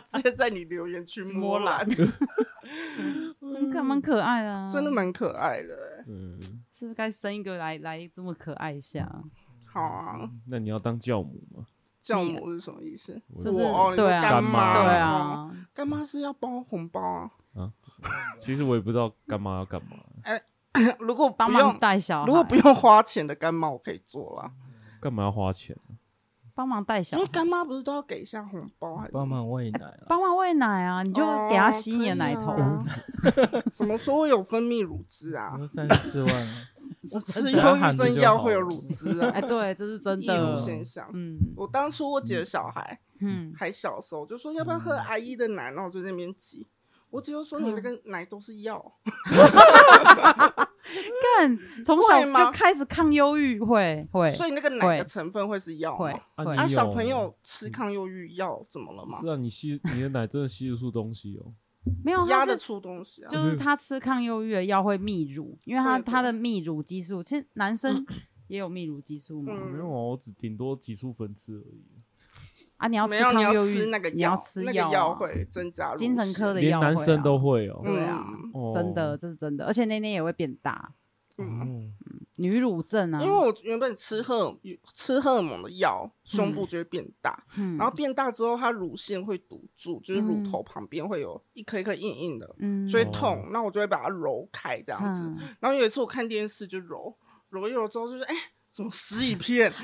S3: 直接在你留言区摸
S2: 摸
S3: 懒，
S2: 很可嗯蛮可爱的、啊，
S3: 真的？蛮可爱的、哎
S1: 嗯，
S2: 是不是该生一个来来这么可爱一下？
S3: 好啊，
S1: 那你要当教母吗？
S3: 教母是什么意思？
S1: 我
S2: 就是
S3: 我哦，你说
S2: 对啊
S3: 干妈，
S2: 对
S3: 哦，
S2: 啊，
S3: 干妈是要包红包啊。
S1: 其实我也不知道干妈要干嘛。
S3: 哎、 如果
S2: 帮
S3: 不
S2: 忙
S3: 用
S2: 带小孩，
S3: 如果不用花钱的干妈，我可以做啦，
S1: 干嘛要花钱？
S2: 帮忙带小
S3: 因为
S2: 孩，
S3: 干妈不是都要给一下红包还是？
S4: 帮忙喂奶了。
S2: 帮忙喂奶啊，你就给他吸你的奶头。啊
S3: 哦 怎么说？我有分泌乳汁 啊，
S4: 三十四万，
S3: 我吃忧郁症药会有乳汁啊
S2: 哎，，对，这是 真
S3: 义乳
S2: 的。
S3: 现象。
S2: 嗯
S3: 我当初我姐的小孩
S2: 嗯，
S3: 还小时候，我就说要不要喝阿姨的奶，然后我就在那边挤。我姐就说你那个奶都是药，
S2: 看从小
S3: 嗯会吗
S2: 就开始抗忧郁，会会
S3: 所以那个奶的成分会是药吗。
S2: 会
S1: 啊
S2: 会
S1: 你
S3: 啊，
S1: 有
S3: 小朋友吃抗忧郁药怎么了吗
S1: 嗯是？啊，你吸你的奶真的吸得出东西哦。
S2: 没有
S3: 压
S2: 他
S3: 得
S2: 是
S3: 出东西啊。
S2: 就是他吃抗忧郁的药会泌乳，因为他
S3: 会的
S2: 他的泌乳激素，其实男生也有泌乳激素嘛。
S1: 没有啊，
S3: 嗯，
S1: 我只顶多挤出粉刺而已。
S2: 啊，你要
S3: 没
S2: 吃
S3: 有，
S2: 抗
S3: 你要
S2: 忧郁，
S3: 吃那个
S2: 你要吃
S3: 那个
S2: 药
S3: 药
S2: 啊，
S3: 会增加乳
S2: 精神科的对
S3: 腺
S1: 连
S2: 要
S1: 男
S2: 会
S1: 生
S2: 啊
S1: 都会哦。
S2: 对啊，
S1: 哦
S2: 真的，这是真的，而且那天也会变大，
S3: 嗯，
S1: 哦
S2: 女乳症啊，
S3: 因为我原本吃荷尔吃荷尔蒙的药，胸部就会变大，
S2: 嗯
S3: 然后变大之后，它乳腺会堵住，就是乳
S2: 嗯
S3: 头旁边会有一颗一颗硬硬的，
S2: 嗯
S3: 就会
S1: 哦
S3: 痛。那我就会把它揉开这样子。
S2: 嗯
S3: 然后有一次我看电视就揉，揉一揉之后就是哎。怎么撕一片？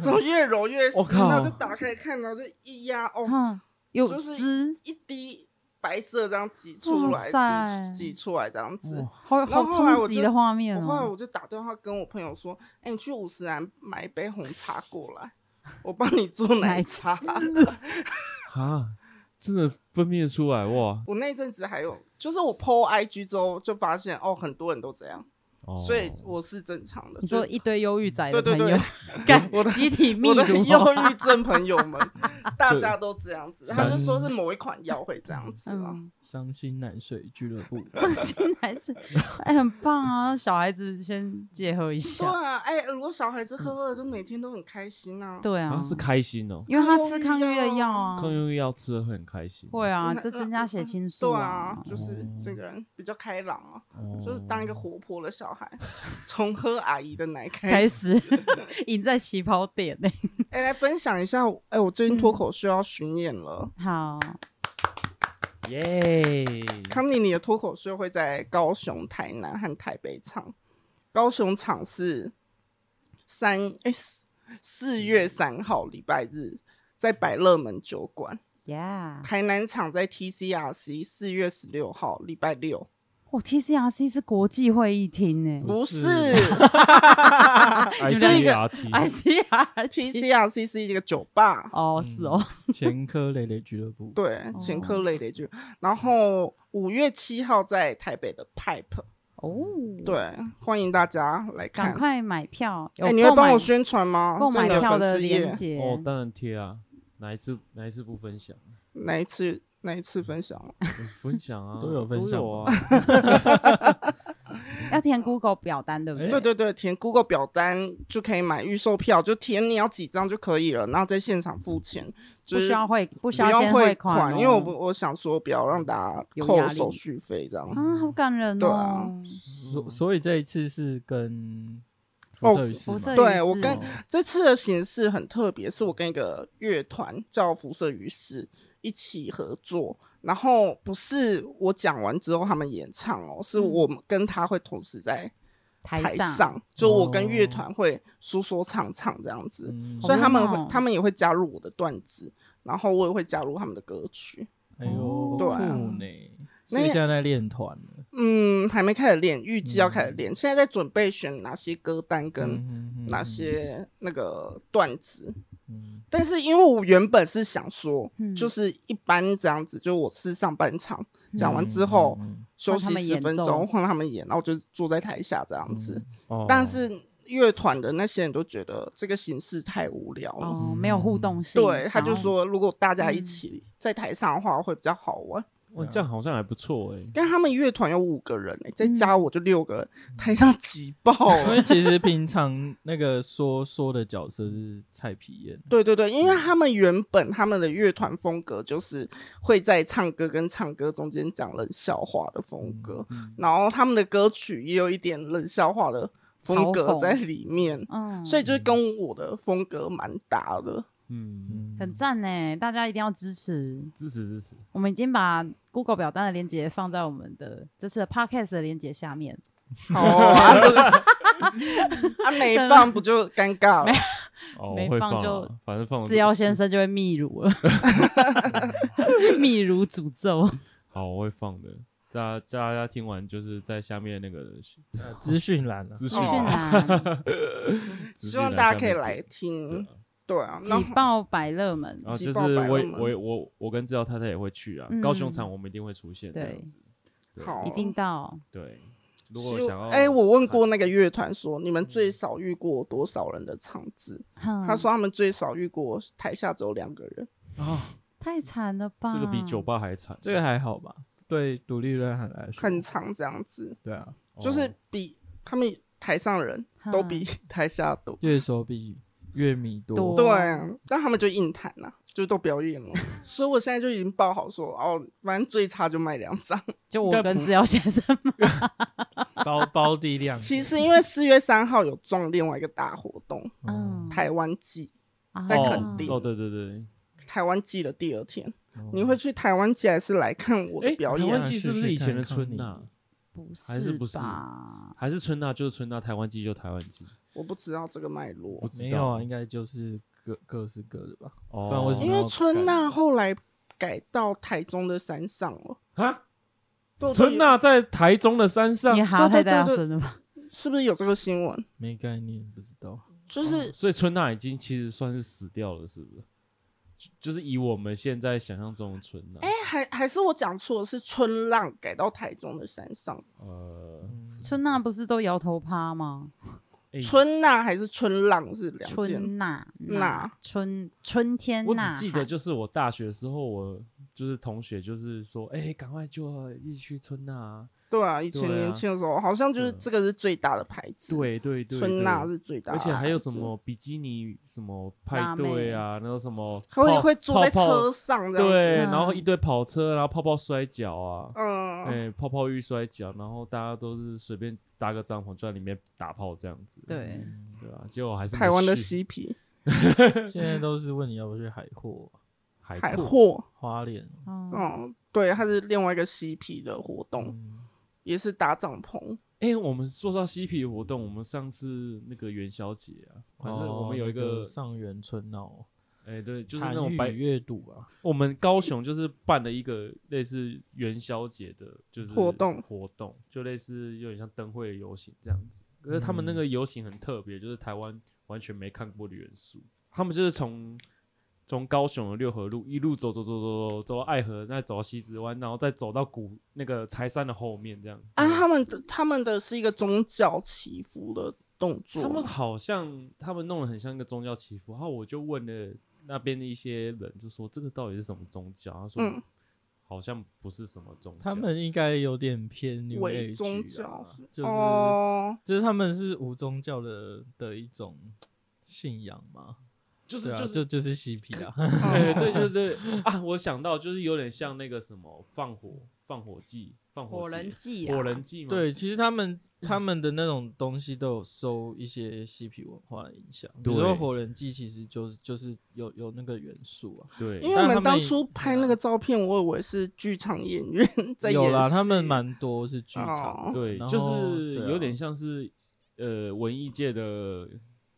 S3: 怎么越揉越
S1: 哎我
S3: 湿？
S1: 靠
S3: 然后就打开看，然后就一压，哦，
S2: 哼，有
S3: 就是
S2: 汁，
S3: 一滴白色这样挤出
S2: 哇
S3: 来，
S2: 塞
S3: 滴挤出来这样子
S1: 哇。
S2: 好
S3: 然后
S2: 好
S3: 后来
S2: 冲
S3: 我
S2: 击
S3: 就
S2: 的画面
S3: 我后来
S2: 哦。
S3: 我就打电话跟我朋友说：“哎、你去五十岚买一杯红茶过来，我帮 你做奶
S2: 奶
S3: 茶。
S1: 哈，真的分辨出来哇”。
S3: 我那阵子还有，就是我 PO IG 之后就发现哦，很多人都这样，
S1: 哦
S3: 所以我是正常的。
S2: 你
S3: 就
S2: 说一
S1: 嗯
S2: 堆忧郁仔的
S3: 对对
S2: 朋
S3: 对
S2: 友，， 干
S3: 我的
S2: 集体
S3: 我
S2: 泌
S3: 的
S2: 乳
S3: 忧
S2: 哦，
S3: 郁症朋友 们，大家都这样子，
S4: 对
S3: 他就说是某一款药会这样子啊。
S2: 嗯，
S4: 伤心奶水俱乐部，
S2: 这个竟然嗯是，哎，很棒啊，小孩子先结合一
S3: 对
S2: 下，
S3: 啊，哎、如果小孩子喝了，就每天都很开心啊。
S2: 对啊
S1: 啊，是开心哦，
S2: 因为他吃抗忧郁的药啊，
S1: 抗忧郁药吃了会很开心。
S2: 会啊，
S3: 那
S2: 这增加血清素
S3: 对啊，就是
S1: 哦
S3: 这个人比较开朗啊。
S1: 哦，
S3: 就是当一个活泼的小 孩，从喝阿姨的奶开
S2: 开
S3: 始。
S2: 始 赢在起跑点呢。
S3: 哎、来分享一下，哎、我最近脱口秀要巡演了。
S2: 好，
S1: 耶，
S3: 康妮，你的脱口秀会在高雄、台南和台北场。高雄场是三哎四四月三号礼拜日，在百乐门酒馆；
S2: yeah，
S3: 台南场在 TCRC 四月十六号礼拜六。
S2: 哦，TCRC 是国际会议厅 呢
S3: 不
S1: 不
S3: 是
S1: 是
S3: 是一个
S2: 哎
S3: 哎
S1: ICRT，
S2: ，ICRT
S3: ，TCRC 是一个酒吧。
S2: 哦，是哦，
S4: 嗯前科累累俱乐部，
S3: 对，前科累累剧。然后五月七号在台北的 Pipe，
S2: 哦，，
S3: 对，欢迎大家来
S2: 赶
S3: 看。
S2: 快买票，有
S3: 哎、你会
S2: 购
S3: 帮
S2: 买
S3: 我宣传吗？
S2: 购
S3: 在
S2: 买
S3: 你的
S2: 票
S3: 粉
S2: 的
S3: 丝页
S2: 链接
S1: 哦，当然贴啊，哪一次哪一次不分 享？
S3: 哪一次哪一次分享？
S1: 有分享啊，
S4: 都有分享
S1: 都有啊，
S2: 要填 Google 表单，对不
S4: 哎
S3: 对对对，填 Google 表单就可以买预售票，就填你要几张就可以了，然后在现场付钱，就
S2: 不
S3: 是
S2: 需要汇，不需要
S3: 用
S2: 先
S3: 汇
S2: 款哦，
S3: 因为我不我想说不要让大家
S2: 有
S3: 扣
S2: 压力
S3: 手续费这样。
S2: 啊，好感人
S3: 对啊
S2: 哦，
S4: 所所以这一次是跟
S3: 哦
S4: 辐射与世
S2: 辐
S4: 嘛
S2: 射
S3: 对
S2: 仪
S3: 我
S2: 式
S3: 跟这次的形式很特别，是我跟一个乐团叫辐射于世一起合作，然后不是我讲完之后他们演唱哦，是
S2: 嗯
S3: 我们跟他会同时在台
S2: 台上，哦
S3: 就我跟乐团会说说唱唱这样子，
S4: 嗯
S3: 所以他们
S2: 好
S3: 会、
S2: 棒哦
S3: 他们也会加入我的段子，然后我也会加入他们的歌曲。
S4: 哎呦，
S3: 对
S4: 酷
S3: 啊
S4: 呢，
S3: 那
S4: 所以现在在练团了，
S3: 嗯，还没开始练，预计要开始
S2: 嗯
S3: 练，现在在准备选哪些歌单跟
S4: 跟
S3: 哪？些那个段子。
S4: 嗯
S3: 但是因为我原本是想说，
S2: 嗯
S3: 就是一般这样子，就我是上半场讲完之
S4: 嗯
S3: 后、
S4: 嗯嗯
S3: 休
S2: 换他
S3: 息
S2: 们
S3: 十
S2: 演
S3: 分
S2: 奏嗯
S3: 钟，换他们演，然后就坐在台下这样子。
S1: 哦
S3: 但是乐团的那些人都觉得这个形式太无聊了。
S2: 哦，没有互动性，
S3: 对，他
S2: 想
S3: 就
S2: 要，
S3: 说，如果大家
S2: 嗯
S3: 一起在台上的话，会比较好玩。
S1: 哇，这样好像还不错哎，
S3: 但他们乐团有五个人、欸，
S2: 嗯
S3: 再加我就六个人，台上挤 爆欸
S4: 因
S3: 了。
S4: 为其实平常那个说说的角色是蔡皮燕，
S3: 对对对，因为他们原本他们的乐团风格就是会在唱歌跟唱歌中间讲冷笑话的风
S2: 嗯
S3: 格，然后他们的歌曲也有一点冷笑话的风
S2: 嘲
S3: 格
S2: 讽
S3: 在里面，
S2: 嗯，
S3: 所以就是跟我的风格蛮搭 的。
S1: 嗯，
S4: 嗯
S2: 很赞呢，大家一定要支持。
S1: 支持支持，
S2: 我们已经把 Google 表单的链接放在我们的这次的 Podcast 的链接下面，
S3: 好哦、啊，如果 啊没放不就尴尬了？
S1: 哦，
S2: 没
S1: 我会
S2: 放
S1: 啊
S2: 就
S1: 反正放了
S2: 制药
S1: 就
S2: 先生就会泌乳 了，泌乳诅咒。
S1: 好，我会放的。大家大家听完就是在下面那个
S3: 哦
S4: 呃
S1: 哦
S4: 资讯栏了，
S1: 资
S2: 资
S1: 讯
S2: 讯
S1: 栏哦
S2: 栏
S1: 资
S3: 希
S1: 讯
S3: 望
S1: 栏下
S3: 大家可以
S1: 面
S3: 来
S1: 点
S3: 听，对啊，
S2: 挤
S3: 那
S2: 爆百乐门
S1: 然，后
S3: 挤
S1: 就是
S3: 爆百
S1: 我
S3: 乐门
S1: 我我我跟志尧太太也会去啊，高雄
S2: 嗯
S1: 场我们一定会出现这
S2: 对
S1: 样子。对
S3: 好
S2: 一定到。
S1: 对，如果
S3: 希
S1: 想要嗯
S3: 望哎，我问过那个乐团说，你们最少遇过多少人的场子？
S2: 他
S3: 他说他们最少遇过台下只有两个人，
S1: 啊，
S2: 太惨了吧？
S1: 这个比酒吧还惨，
S4: 这个还好吧？对独立乐团来说，
S3: 很长这样子，
S4: 对啊，
S1: 哦
S3: 就是比他们台上人都比
S2: 嗯
S3: 台下多。
S4: 乐手比乐迷
S2: 多
S4: 多，
S3: 对啊，但他们就硬谈呐、就都表 演了。所以我现在就已经报好说，哦，反正最差就卖两张。
S2: 就
S1: 应该
S2: 我跟
S1: 不
S2: 制药先生嘛，
S4: 包 包地量。
S3: 其实因为四月三号有撞另外一个大活动，
S1: 哦
S2: 嗯，
S3: 台湾季，
S2: 啊
S3: 在垦丁
S1: 哦，哦对对对，
S3: 台湾季的第二天，
S4: 哦
S3: 嗯你会去台湾季还是来看我的
S1: 哎，
S3: 表
S1: 台湾
S3: 演？
S4: 啊
S1: 记是
S4: 试
S1: 不
S4: 试
S1: 是以
S4: 看
S1: 前的
S4: 看
S1: 春
S4: 你
S1: 呐？
S2: 不
S1: 还是不是
S2: 吧？
S1: 还是春娜就是春娜，台湾记就台湾记，
S3: 我不知道这个脉
S1: 不
S3: 络，
S1: 知道
S4: 没有啊，应该就是各各是各的吧。
S1: 哦，
S4: 不然为什么
S3: 因为春娜后来改到台中的山上了。
S1: 啊？
S3: 对
S1: 春娜在台中的山上
S2: 你，哈太
S3: 对对
S2: 大
S3: 对啊
S2: 声了吧？
S3: 是不是有这个新闻？
S4: 没概念，不知道。
S3: 就是
S1: 所以春娜已经其实算是死掉了，是不是？就就是以我们现在想象中的春娜，
S3: 哎、还还是我讲错，是春浪改到台中的山上。
S1: 呃，
S3: 嗯
S2: 春娜不是都摇头趴吗？
S1: 哎
S3: 春娜还是春浪是两件。
S2: 春娜
S3: 娜
S2: 春春天
S1: 我
S2: 呐
S1: 只记得
S2: 喊
S1: 就是我大学的时候，我就是同学就是说，哎、赶快就要一起去春娜、啊，
S3: 对啊，以前
S1: 对啊
S3: 年轻的时候，好像就是
S1: 对
S3: 这个是最大的牌子。，
S1: 对对对，
S3: 春娜
S1: 对
S3: 是最大
S1: 而
S3: 的牌子，
S1: 且还有什么比基尼什么派对啊，那个什么
S3: 他会
S1: 泡
S3: 会坐在
S1: 泡泡
S3: 车上这样
S1: 对，
S3: 子。
S2: 嗯
S1: 然后一堆跑车，然后泡泡摔跤啊，哎、
S3: 嗯，
S1: 泡泡浴摔跤，然后大家都是随便搭个帐篷就在里面打炮这样子，
S2: 对，
S1: 对啊，结果还是没
S3: 台湾的
S1: 去
S3: 嬉皮
S4: 嗯现在都是问你要不要去海货、
S1: 海
S3: 海
S1: 阔
S3: 货，
S4: 花莲。
S2: 哦，
S3: 嗯，对，它是另外一个嬉皮的活动，
S4: 嗯，
S3: 也是搭帐篷。
S1: 哎、我们说到嬉皮活动，我们上次那个元宵节啊，反正我们有一
S4: 哦那
S1: 个，
S4: 上元春闹，
S1: 哎、对，就是那种
S4: 白
S1: 白
S4: 阅读啊，
S1: 我们高雄就是办了一个类似元宵节的，就是
S3: 活动
S1: 活动，就类似有点像灯会游行这样子。可是他
S3: 嗯
S1: 们那个游行很特别，就是台湾完全没看过的元素。他们就是从从高雄的六合路一路走走走走走走到爱河，再走到西子湾，然后再走到古那个柴山的后面这样。
S3: 啊，
S1: 嗯
S3: 他们的他们的是一个宗教祈福的动作，
S1: 他们好像他们弄得很像一个宗教祈福，然后我就问了那边的一些人，就说这个到底是什么宗教？他说、
S3: 嗯
S1: 好像不是什么宗教。
S4: 他们应该有点偏 New
S3: 伪
S4: Age
S3: 宗
S4: 啊
S3: 教是
S4: 就是、
S3: 哦，
S4: 就是他们是无宗教的的一种信仰嘛，
S1: 就是
S4: 对啊，
S1: 就
S4: 就是就就是嬉皮啊，
S1: 哎，
S3: 嗯
S1: 对对对啊！我想到就是有点像那个什么放火放火祭放
S2: 火
S1: 火
S2: 人
S1: 祭
S2: 祭啊，
S1: 火人祭嘛，
S4: 对，其实他们他们的那种东西都有受一些嬉皮文化的影响，比如说
S1: 对
S4: 火人祭其实就是就是有有那个元素啊，
S1: 对，啊
S3: 因为
S4: 但
S3: 我们
S4: 他们
S3: 当
S4: 也
S3: 初拍那个照片，我以为是剧场演 员在演戏。
S4: 有啦，他们蛮多是剧场
S3: 哦
S4: 的，
S1: 对，
S4: 然
S1: 就
S4: 后
S1: 是
S4: 对啊
S1: 有点像是呃文艺界的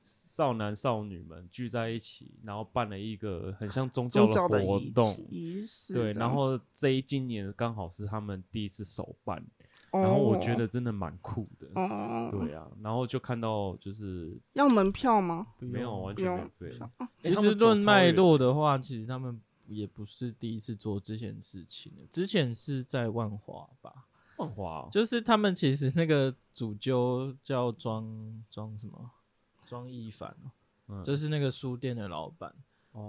S1: 少男少女们聚在一起，然后办了一个很像宗教
S3: 宗
S1: 的
S3: 教的
S1: 活
S3: 仪
S1: 动。
S3: 仪式这
S1: 对，
S3: 样，
S1: 然后这一今年刚好是他们第一次首办，
S3: 哦
S1: 然后我觉得真的蛮酷的。
S3: 哦，
S1: 对啊，然后就看到就是
S3: 要门票吗？
S4: 不
S1: 没有啊
S4: 用
S1: 完
S3: 不
S1: 全
S3: 用哦
S1: 免费。
S4: 其实论脉络的话，其实他们也不是第一次做这件事情了，之前是在万华吧，
S1: 万华哦
S4: 就是他们其实那个主揪叫庄庄什么庄一凡哦、
S1: 嗯
S4: 就是那个书店的老板，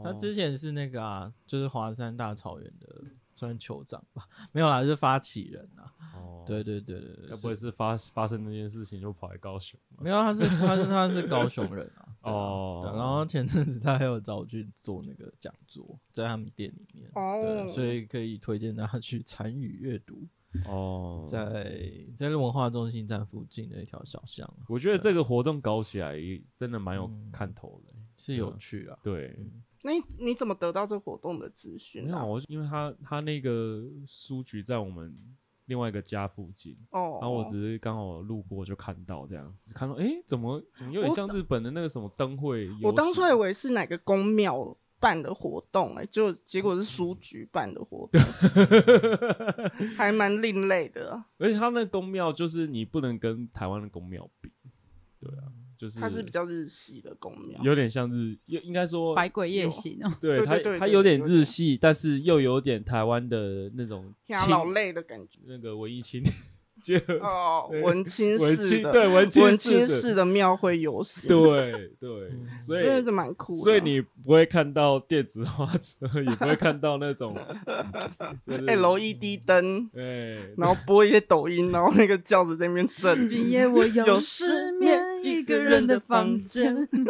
S4: 他之前是那个啊，就是华山大草原的算酋长吧，没有啦，是发起人啊，
S1: 哦
S4: 对对对对对，
S1: 该不会是发发生那件事情就跑来高雄吧？
S4: 没有，啊他是他是他是高雄人啊。对啊
S1: 哦
S4: 对啊然后前阵子他还有找我去做那个讲座，在他们店里面，对啊，
S3: 哦，
S4: 所以可以推荐大家去参与阅读，
S1: 哦，
S4: 在在文化中心站附近的一条小巷，
S1: 我觉得这个活动搞起来也真的蛮有
S4: 嗯
S1: 看头的欸。
S4: 是有趣啊。
S1: 对，
S3: 那你你怎么得到这活动的资
S1: 没
S3: 讯
S1: 有，
S3: 啊？
S1: 我因为他他那个书局在我们另外一个家附近，
S3: 哦，
S1: 然后我只是刚好路过就看到这样子，看到诶，怎么怎么有点
S3: 我
S1: 像日本的那个什么灯会游行？
S3: 我当初还以为是哪个公庙办的活动、哎，就结果是书局办的活 动，还蛮另类的。
S1: 而且他那宫庙就是你不能跟台湾的宫庙比，对啊，就是
S3: 它是比较日系的公庙，
S1: 有点像日，又应该说
S2: 百鬼夜行哦，
S1: 对
S3: 对
S1: 它
S3: 对对
S1: 它
S3: 对
S1: 有点
S3: 有
S1: 日
S3: 点
S1: 系，但是又有点台湾的那种
S3: 呀
S1: 青
S3: 啊老类的感觉。
S1: 那个文艺 青结合
S3: 哦，
S1: 对
S3: 文青
S1: 文
S3: 式
S1: 青
S3: 的
S1: 对文青
S3: 文青
S1: 式
S3: 式
S1: 的，
S3: 的庙会游戏，
S1: 对对，
S4: 嗯
S1: 所
S3: 真的
S1: 以
S3: 是蛮酷的。
S1: 所以你不会看到电子花车，也不会看到那 种就是
S3: 哎，LED 灯，
S1: 哎
S3: 然后播一些抖音，然后那个轿子在那边 震。
S2: 今夜我
S3: 有
S2: 又
S3: 失
S2: 失
S3: 眠
S2: 眠
S3: 一
S2: 一
S3: 个
S2: 个
S3: 人
S2: 人
S3: 的
S2: 的
S3: 房
S2: 房
S3: 间
S2: 间。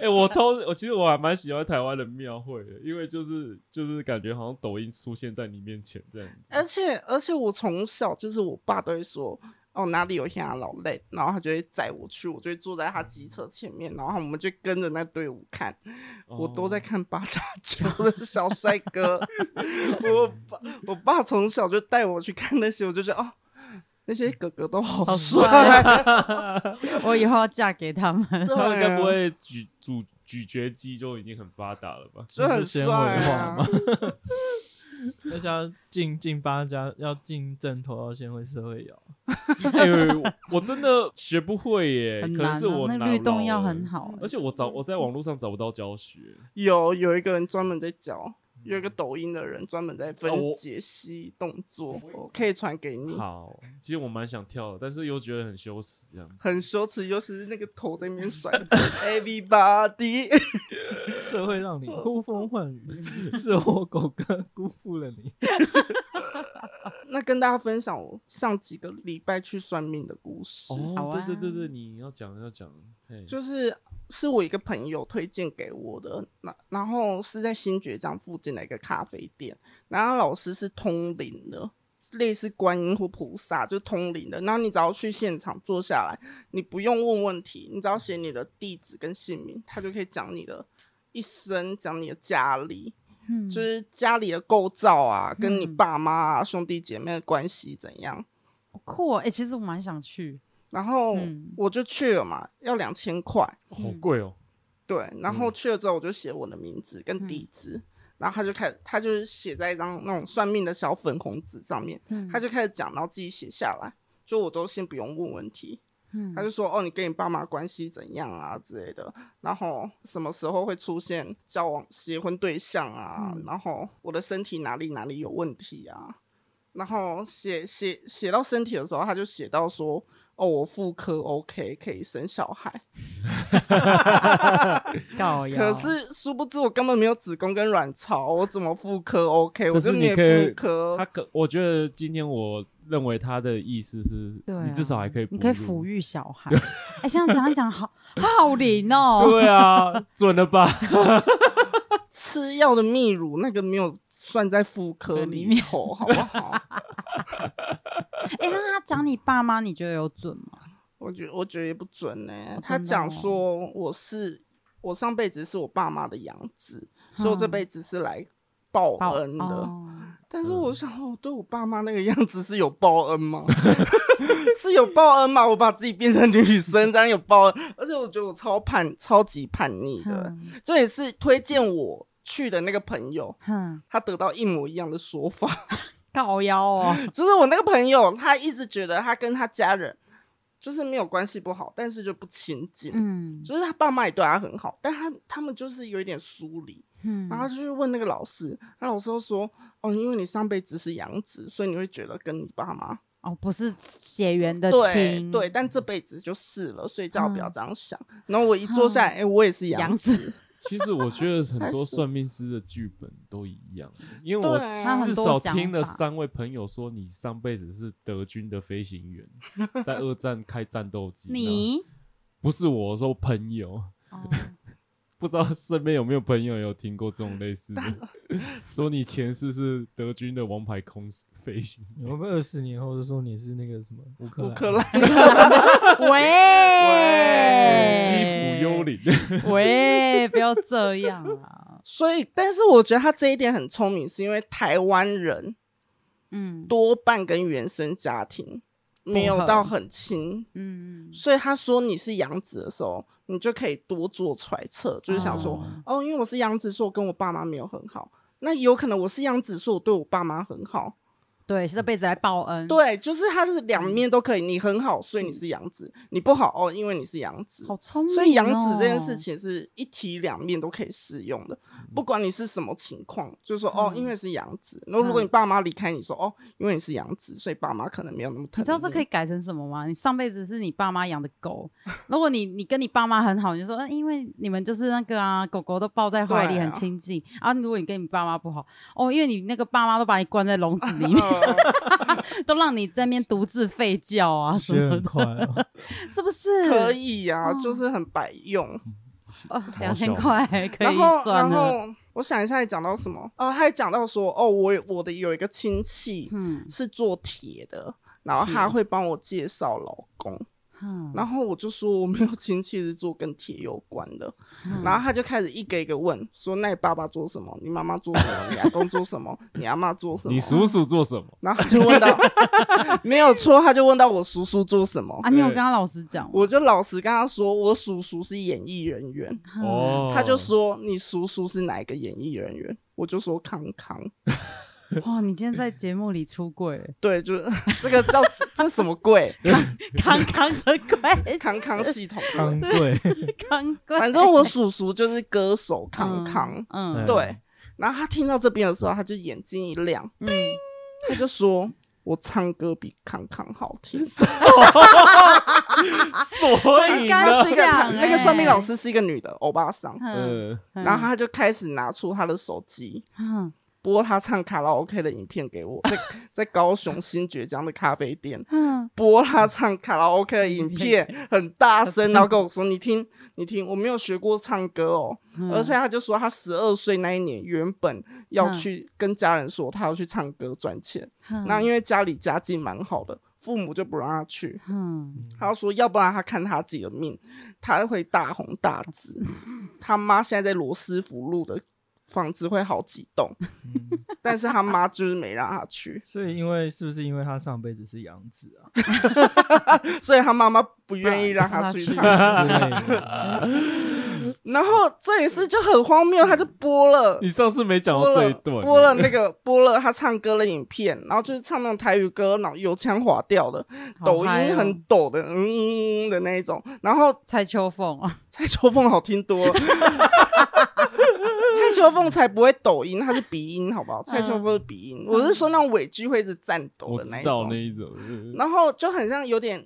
S1: 哎、我超我其实我还蛮喜欢台湾的庙会的，因为就是就是感觉好像抖音出现在你面前这样子。
S3: 而且而且我从小就是我爸都会说，哦哪里有乡老累，然后他就会载我去，我就会坐在他机车前面，然后我们就跟着那队伍看，我都在
S1: 哦
S3: 看八加九的小帅哥。 我爸我爸从小就带我去看那些，我就觉得哦。那些哥哥都好帅，
S2: 我以后要嫁给他们。
S3: 对
S1: 啊他们该不
S3: 啊，
S1: 会咀咀咀嚼肌就已经很发达了吧？
S3: 就很
S4: 是纤
S3: 帅
S4: 维
S3: 啊
S4: 化吗？ 而且要进进八家，要进正头要先会社会摇，
S1: 哎呦，我我真的学不会耶，
S2: 很
S1: 可
S2: 难、
S1: 能
S2: 啊
S1: 是我，
S2: 那
S1: 脑
S2: 律动要
S1: 老了欸
S2: 很，好、
S1: 而且我找我在网络上找不到教学，
S3: 有有一个人专门在教，有一个抖音的人专门在分
S1: 嗯哦我
S3: 解析动作，我可以传给你。
S1: 好，其实我蛮想跳的，但是又觉得很羞耻这样子。
S3: 很羞耻，尤其是那个头在那边甩 ，everybody，
S4: 社会让你呼风 唤雨，是我狗哥辜负了你。
S3: 那跟大家分享我上几个礼拜去算命的故事，
S2: 好
S1: 哦，
S2: 啊
S1: 对对对对，你要讲要讲，嘿，
S3: 就是是我一个朋友推荐给我的，那然后是在新觉江附近的一个咖啡店，然后老师是通灵的。类似观音或菩萨，就是通灵的。然后你只要去现场坐下来，你不用问问题，你只要写你的地址跟姓名，他就可以讲你的一生，讲你的家里，
S2: 嗯
S3: 就是家里的构造啊，跟你
S2: 嗯
S3: 爸妈、啊、兄弟姐妹的关系怎样。
S2: 好酷哦、哎、其实我蛮想去，
S3: 然后
S2: 嗯
S3: 我就去了嘛，要两千块。
S1: 好贵哦，
S3: 对，然后
S1: 嗯
S3: 去了之后我就写我的名字跟
S2: 嗯
S3: 地址，然后他就开始，他就写在一张那种算命的小粉红纸上面，
S2: 嗯
S3: 他就开始讲，然后自己写下来。就我都先不用问问题，
S2: 嗯
S3: 他就说哦，你跟你爸妈关系怎样啊之类的，然后什么时候会出现交往、结婚对象啊，
S2: 嗯
S3: 然后我的身体哪里哪里有问题啊，然后写写写到身体的时候，他就写到说哦，我妇科 OK 可以生小孩，
S2: 搞
S1: 哎
S2: 呀。
S3: 可是殊不知我根本没有子宫跟卵巢，我怎么妇科 OK？
S1: 可
S3: 我
S1: 是
S3: 就
S1: 你
S3: 没
S1: 可以
S3: 妇科
S1: 他，可我觉得今天我认为他的意思是，
S2: 对啊、
S1: 你至少还可以哺乳，
S2: 你可以抚育小孩。哎、现在讲一讲，好好灵哦。
S1: 对啊， 准了吧？
S3: 吃药的泌乳那个没有算在妇科
S2: 在里
S3: 里
S2: 面
S3: 头，好不好？
S2: 哎、那他讲你爸妈，你觉得有准吗？
S3: 我觉我觉得也不准呢、
S2: 哦
S3: 他
S2: 真的
S3: 讲
S2: 哦
S3: 说我是我上辈子是我爸妈的养子，所以我这
S2: 嗯
S3: 辈子是来报
S2: 报
S3: 恩的。
S2: 哦
S3: 但是我想，我对我爸妈那个样子是有报恩吗？ 是有报恩吗？我把自己变成女生，这样有报恩？而且我觉得我超叛，超级叛逆的。
S2: 哼
S3: 这也是推荐我去的那个朋友，
S2: 哼，
S3: 他得到一模一样的说法。
S2: 搞腰 哦，
S3: 就是我那个朋友，他一直觉得他跟他家人就是没有关系不好，但是就不亲近。
S2: 嗯
S3: 就是他爸妈也对他很好，但他他们就是有一点疏离。
S2: 嗯，
S3: 然后他就去问那个老师，那老师就说：“哦，因为你上辈子是养子，所以你会觉得跟你爸妈
S2: 哦，不是血缘的
S3: 对
S2: 亲，
S3: 对，，但这辈子就是了，所以叫我不要
S2: 嗯
S3: 这样想。然后我一坐下来，哎、我也是
S2: 杨
S3: 养子，
S2: 子，
S1: 其实我觉得很
S3: 还
S1: 多
S3: 是
S1: 算命师的剧本都一样，因为我
S3: 对啊
S1: 至少听了三位朋友说，你上辈子是德军的飞行 员，在二战开战斗机。然后
S2: 你
S1: 不是我我说朋友，
S2: 哦，
S1: 不知道身边有没有朋友有听过这种类 似的，说你前世是德军的王牌空飞行员。
S4: 你会不会二十年后就说你是那个什么乌克
S3: 乌
S4: 兰？
S3: 克兰
S2: 喂，
S1: 基辅幽灵，
S2: 喂，不要这样啊！
S3: 所以，但是我觉得他这一点很聪明，是因为台湾人
S2: 嗯
S3: 多半跟原生家庭没有
S2: 不合
S3: 到很亲，
S2: 嗯嗯
S3: 所以他说你是养子的时候，你就可以多做揣测，就是想说，哦因为我是养子，所以我跟我爸妈没有很好。那有可能我是养子，所以我对我爸妈很好。
S2: 对，这辈子来报恩，，
S3: 对，就是他是
S2: 嗯
S3: 两面都可以，你很好，所以你是养子；你不好哦，因为你是养子。
S2: 好聪明、哦。嗯
S3: 所以养子这件事，情是一体两面都可以适用的，不管你是什么情况，就是说哦，因为是养子，那
S2: 嗯
S3: 如果你爸妈离开你说哦，因为你是养子，所以爸妈可能没有那么疼
S2: 你知道这可以 改成什么吗？你上辈子是你爸妈养的狗，如果你你跟你爸妈很好，你就说，嗯，因为你们就是那个啊，狗狗都抱在怀里
S3: 对啊
S2: 很亲近啊。如果你跟你爸妈不好，哦，因为你那个爸妈都把你关在笼子里 面，
S3: 呃
S2: 都让你在那边独自吠叫啊，什
S4: 学
S2: 么
S4: 很
S2: 的，
S4: 快哦，
S2: 是不是？
S3: 可
S2: 嗯
S3: 以呀，就是很百用。
S2: 哦，两千 块可
S3: 然
S2: 以
S3: 后，
S2: 赚
S3: 然
S2: 了。
S3: 后我想一下，讲到什么？呃，还讲到说哦，我有我的有一个亲戚
S2: 嗯
S3: 是做铁的，然后他会帮我介绍老公。
S2: 嗯
S3: 然后我就说我没有亲戚是做跟铁有关的，
S2: 嗯
S3: 然后他就开始一个一个问，说那你爸爸做什么？你妈妈做什么？你阿公做什么？你阿妈做什么
S1: 你？叔叔做什么？
S3: 然后他就问到，没有错，他就问到我叔叔做什么，
S2: 啊，你有
S1: 对
S2: 跟他老实讲吗？
S3: 我就老实跟他说，我叔叔是演艺人员，
S1: 哦，
S3: 嗯他就说你叔叔是哪一个演艺人员？我就说康康，
S2: 哇，你今天在节目里出柜 了，
S3: 对，就是 这个叫这什么鬼？
S2: 康康的柜，
S3: 康康系统对
S4: 昂贵，
S2: 康柜，
S3: 反正我叔叔就是歌手康康，
S2: 嗯，
S3: 对，然后他听到这边的时候，他就眼睛一亮，
S2: 嗯，
S3: 他就说：“我唱歌比康康好听。
S1: 所以
S2: 应
S1: 呢
S2: 该”
S3: 他是一个
S2: 像
S3: 那个算命
S2: 欸
S3: 老师是一个女的欧巴桑，
S2: 嗯，
S1: 嗯，
S2: 嗯
S3: 然后他就开始拿出他的手机
S2: 嗯
S3: 播他唱卡拉 OK 的影片给我， 在在高雄新爵江的咖啡店
S2: 嗯，
S3: 播他唱卡拉 OK 的影片，很大声，然后跟我说：“你听，你听，我没有学过唱歌哦。”
S2: 嗯
S3: 而且他就说他十二岁那一年原本要
S2: 嗯
S3: 去跟家人说他要去唱歌赚钱。
S2: 嗯
S3: 那因为家里家境蛮好的，父母就不让他去，
S2: 嗯，
S3: 他就说要不然他看他自己的命，他会大红大紫。他妈现在在罗斯福路的房子会好几栋，但是他妈就是没让他去，
S4: 所以因为是不是因为他上辈子是养子 啊
S3: 所以他妈妈不愿意让他去唱歌。
S4: 之类的？
S3: 然后这一次就很荒谬，他就播了。
S1: 你上次没讲
S3: 播
S1: 到嗯这
S3: 了
S1: 一段，
S3: 播了那个播了他唱歌的影片，然后就是唱那种台语歌，然后油腔滑调的，
S2: 好
S3: 抖
S2: 嗨
S3: 音
S2: 哦
S3: 很抖的，嗯嗯嗯的那一种。然后
S2: 蔡秋凤啊，
S3: 蔡秋凤好听多了。蔡秋凤才不会抖音，她是鼻音，好不好？蔡秋凤是鼻音，我是说那种尾句会一直颤抖
S1: 我
S3: 的
S1: 知
S3: 那一
S1: 道那
S3: 种，
S1: 一种，嗯
S3: 然后就很像有点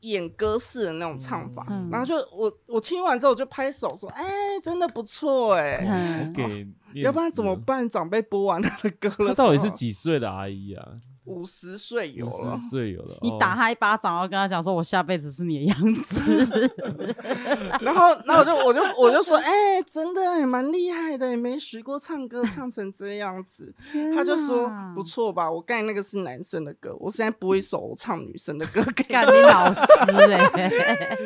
S3: 演歌式的那种唱法。
S2: 嗯
S3: 然后就我我听完之后我就拍手说：“哎、真的不错哎、
S1: 我
S2: 嗯
S1: 给面子，
S3: 要不然怎么办？长辈播完他的歌了，
S1: 嗯她到底是几岁的阿姨啊？
S3: 五十岁有啊
S1: 五
S3: 了
S1: 十？岁有了，
S2: 你
S1: 哦
S2: 打他一巴掌，然后跟他讲说，我下辈子是你的样子，
S3: 然后，然后我就我就我就说，哎、真的也蛮厉害的，也没学过唱歌，唱成这样子。他就说
S2: 哪
S3: 不错吧，我刚才那个是男生的歌，我现在播一首我唱女生的歌给
S2: 干
S3: 你，
S2: 你老师哎，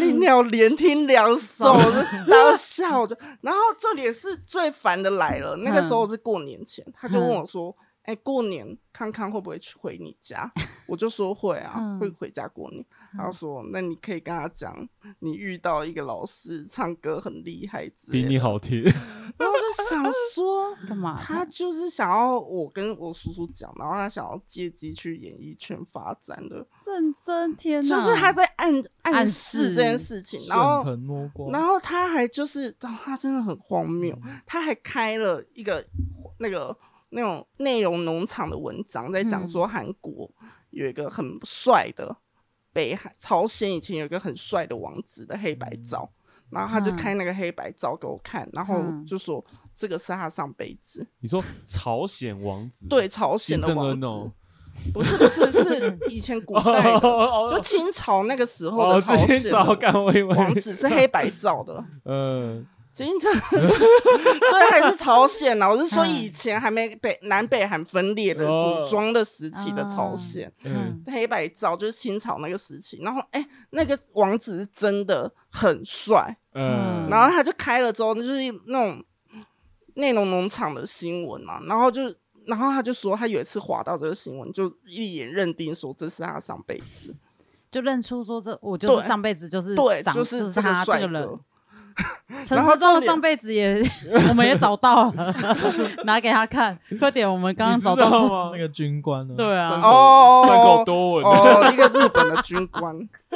S3: 你鸟连听两首，我就大笑。我就，然后这里也是最烦的来了，那个时候是过年前，他就问我说。哎、过年康康会不会去回你家？ 我就说会啊，
S2: 嗯
S3: 会回家过年。他就说，那你可以跟他讲，你遇到一个老师唱歌很厉害之类
S1: 比
S3: 的。
S1: 你好听，
S3: 然后我就想 说，
S2: 干嘛？
S3: 他就是想要我跟我叔叔讲，然后他想要借机去演艺圈发展的，
S2: 认真天
S3: 就
S2: 哪，
S3: 是他在暗暗
S2: 暗示
S3: 示这件事情，然
S4: 顺
S3: 后
S4: 藤摸瓜，
S3: 然后他还就是，哦他真的很荒谬，
S2: 嗯
S3: 他还开了一个那个那种内容农场的文章，在讲
S2: 嗯
S3: 说韩国有一个很帅的北韩朝鲜以前有一个很帅的王子的黑白照，然后他就
S2: 嗯
S3: 开那个黑白照给我看，然后
S2: 嗯
S3: 就说这个是他上辈子
S1: 你说朝鲜王子，
S3: 对朝鲜
S1: 金
S3: 的
S1: 正
S3: 王
S1: 恩
S3: 子，
S1: 哦，
S3: 不是不 是是以前古
S1: 哦
S3: 代
S1: 哦
S3: 的，
S1: 哦
S3: 就
S1: 哦
S3: 清朝那个时候
S1: 哦，
S3: 的朝
S1: 之前
S3: 鲜
S1: 早
S3: 的
S1: 干我以为
S3: 王子是黑白照的。
S1: 嗯，
S3: 金正恩对，还是朝鲜呢？我是说以前还没北南北韩分裂的
S1: 哦
S3: 古装的时期的朝鲜，
S1: 嗯
S2: 嗯
S3: 黑白照就是清朝那个时期。然后，哎、那个王子是真的很帅，
S1: 嗯，
S3: 然后他就开了之后，就是那种内容农场的新闻嘛，然后就。然后他就说，他有一次滑到这个新闻，就一眼认定说这是他上辈子，
S2: 就认出说这我就是
S3: 对
S2: 上辈子就是
S3: 对，
S2: 嗯长
S3: 就
S2: 就是
S3: 这
S2: 他
S3: 帅
S2: 这个人
S3: 哥。。
S2: 陈
S3: 然
S2: 思
S3: 后
S2: 忠
S3: 重
S2: 的
S3: 点
S2: 上辈子也我们也找到了，拿给他看，快点，我们刚刚
S1: 你知
S2: 找到
S1: 道
S2: 了，
S1: 吗？
S4: 那个军官呢？
S2: 对
S1: 山
S2: 啊
S1: 口，
S3: 哦
S1: 山口多闻，
S3: 哦，一个日本的军官，